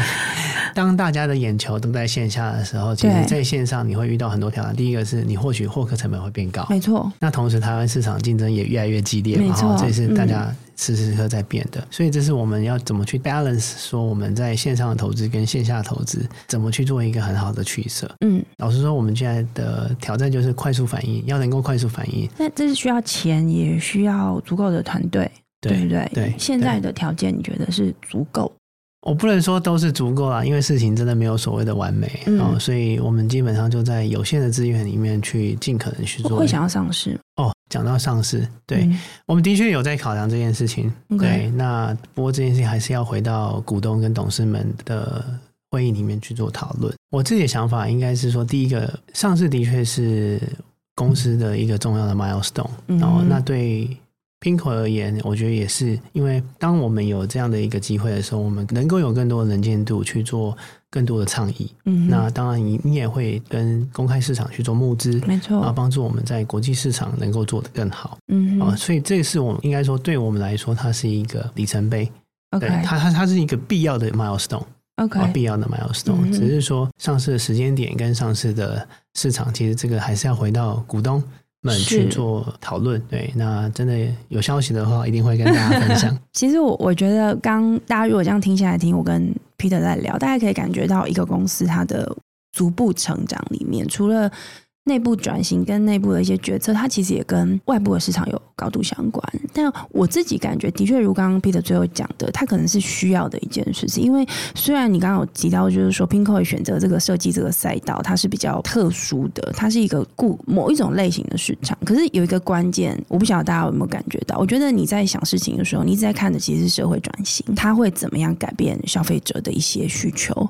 [SPEAKER 2] 当大家的眼球都在线下的时候，其实
[SPEAKER 1] 对
[SPEAKER 2] 在线上你会遇到很多挑战。第一个是你获取获客成本会变高，
[SPEAKER 1] 没错，
[SPEAKER 2] 那同时，台湾市场竞争也越来越激烈嘛，
[SPEAKER 1] 没错嗯
[SPEAKER 2] 哈这是大家时时刻刻在变的，所以这是我们要怎么去 balance 说我们在线上的投资跟线下的投资怎么去做一个很好的取舍。
[SPEAKER 1] 嗯，
[SPEAKER 2] 老实说，我们现在的挑战就是快速反应，要能够快速反应。
[SPEAKER 1] 那这是需要钱，也需要足够的团队，对不对？
[SPEAKER 2] 对，
[SPEAKER 1] 现在
[SPEAKER 2] 对
[SPEAKER 1] 的条件你觉得是足够？
[SPEAKER 2] 我不能说都是足够啦，因为事情真的没有所谓的完美、
[SPEAKER 1] 嗯
[SPEAKER 2] 哦，所以我们基本上就在有限的资源里面去尽可能去做。
[SPEAKER 1] 会想要上市吗？嗯
[SPEAKER 2] 哦，讲到上市，对、我们的确有在考量这件事情。
[SPEAKER 1] OK
[SPEAKER 2] 对，那不过这件事情还是要回到股东跟董事们的会议里面去做讨论。我自己的想法应该是说，第一个上市的确是公司的一个重要的 milestone，、
[SPEAKER 1] 嗯，
[SPEAKER 2] 然后哦那对 Pinko 而言，我觉得也是，因为当我们有这样的一个机会的时候，我们能够有更多的能见度去做更多的倡议。
[SPEAKER 1] 嗯哼，
[SPEAKER 2] 那当然，你你也会跟公开市场去做募资。
[SPEAKER 1] 没
[SPEAKER 2] 然后
[SPEAKER 1] 错，
[SPEAKER 2] 帮助我们在国际市场能够做得更好。
[SPEAKER 1] 嗯
[SPEAKER 2] 啊、
[SPEAKER 1] 哼
[SPEAKER 2] 所以这是我们应该说，对我们来说，它是一个里程碑，哦对
[SPEAKER 1] ，OK
[SPEAKER 2] 它它它是一个必要的 milestone 啊、
[SPEAKER 1] OK，
[SPEAKER 2] 必要的 milestone、
[SPEAKER 1] 嗯哼
[SPEAKER 2] 只是说上市的时间点跟上市的市场，其实这个还是要回到股东们去
[SPEAKER 1] 是
[SPEAKER 2] 做讨论。对，那真的有消息的话，一定会跟大家 分享。
[SPEAKER 1] 其实我我觉得刚大家如果这样听下来听，我跟 Peter 在聊，大家可以感觉到一个公司它的逐步成长里面，除了内部转型跟内部的一些决策，它其实也跟外部的市场有高度相关。但我自己感觉，的确如刚刚 Peter 最后讲的，它可能是需要的一件事情。因为虽然你刚刚有提到，就是说 Pinko 选择这个设计这个赛道，它是比较特殊的，它是一个固某一种类型的市场。可是有一个关键，我不晓得大家有没有感觉到？我觉得你在想事情的时候，你一直在看的其实是社会转型，它会怎么样改变消费者的一些需求。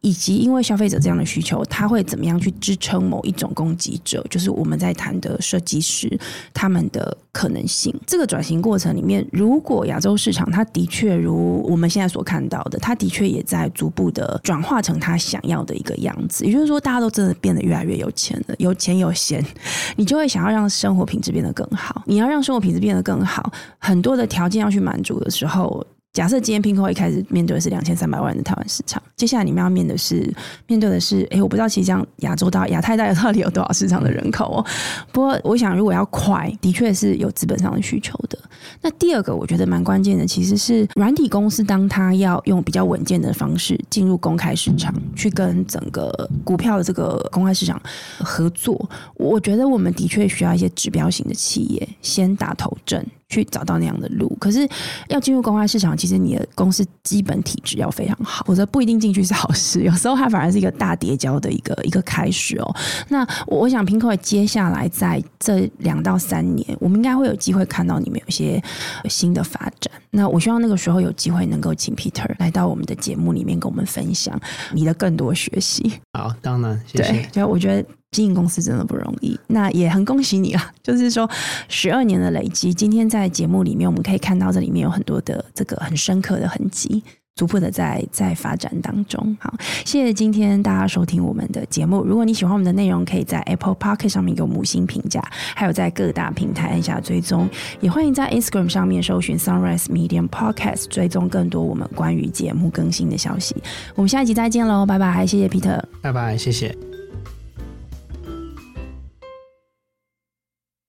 [SPEAKER 1] 以及因为消费者这样的需求，他会怎么样去支撑某一种攻击者，就是我们在谈的设计师他们的可能性。这个转型过程里面，如果亚洲市场它的确如我们现在所看到的，它的确也在逐步的转化成他想要的一个样子。也就是说，大家都真的变得越来越有钱了，有钱有闲， 你就会想要让生活品质变得更好。你要让生活品质变得更好，很多的条件要去满足的时候，假设今天 Pinko 一开始面对的是两千三百万人的台湾市场，接下来你们要面的是面对的是，诶，我不知道其实这样亚洲到亚太大到底有多少市场的人口哦。不过我想，如果要快，的确是有资本上的需求的。那第二个我觉得蛮关键的，其实是软体公司当它要用比较稳健的方式进入公开市场，去跟整个股票的这个公开市场合作，我觉得我们的确需要一些指标型的企业先打头阵。去找到那样的路，可是要进入公开市场，其实你的公司基本体质要非常好，否则不一定进去是好事。有时候它反而是一个大叠交的一个一个开始哦。那我我想 p i n k o 接下来在这两到三年，我们应该会有机会看到你们有一些呃新的发展。那我希望那个时候有机会能够请 Peter 来到我们的节目里面跟我们分享你的更多学习。
[SPEAKER 2] 好，当然谢
[SPEAKER 1] 对
[SPEAKER 2] 谢，。
[SPEAKER 1] 就我觉得经营公司真的不容易，那也很恭喜你啊！就是说，十二年的累积，今天在节目里面我们可以看到这里面有很多的这个很深刻的痕迹。逐步的在在发展当中，好，谢谢今天大家收听我们的节目。如果你喜欢我们的内容，可以在 Apple p o c k e t 上面给我们五星评价，还有在各大平台按下追踪，也欢迎在 Instagram 上面搜寻 Sunrise Medium Podcast，追踪更多我们关于节目更新的消息。我们下一集再见喽，拜拜！谢谢 Peter。
[SPEAKER 2] 拜拜，谢谢。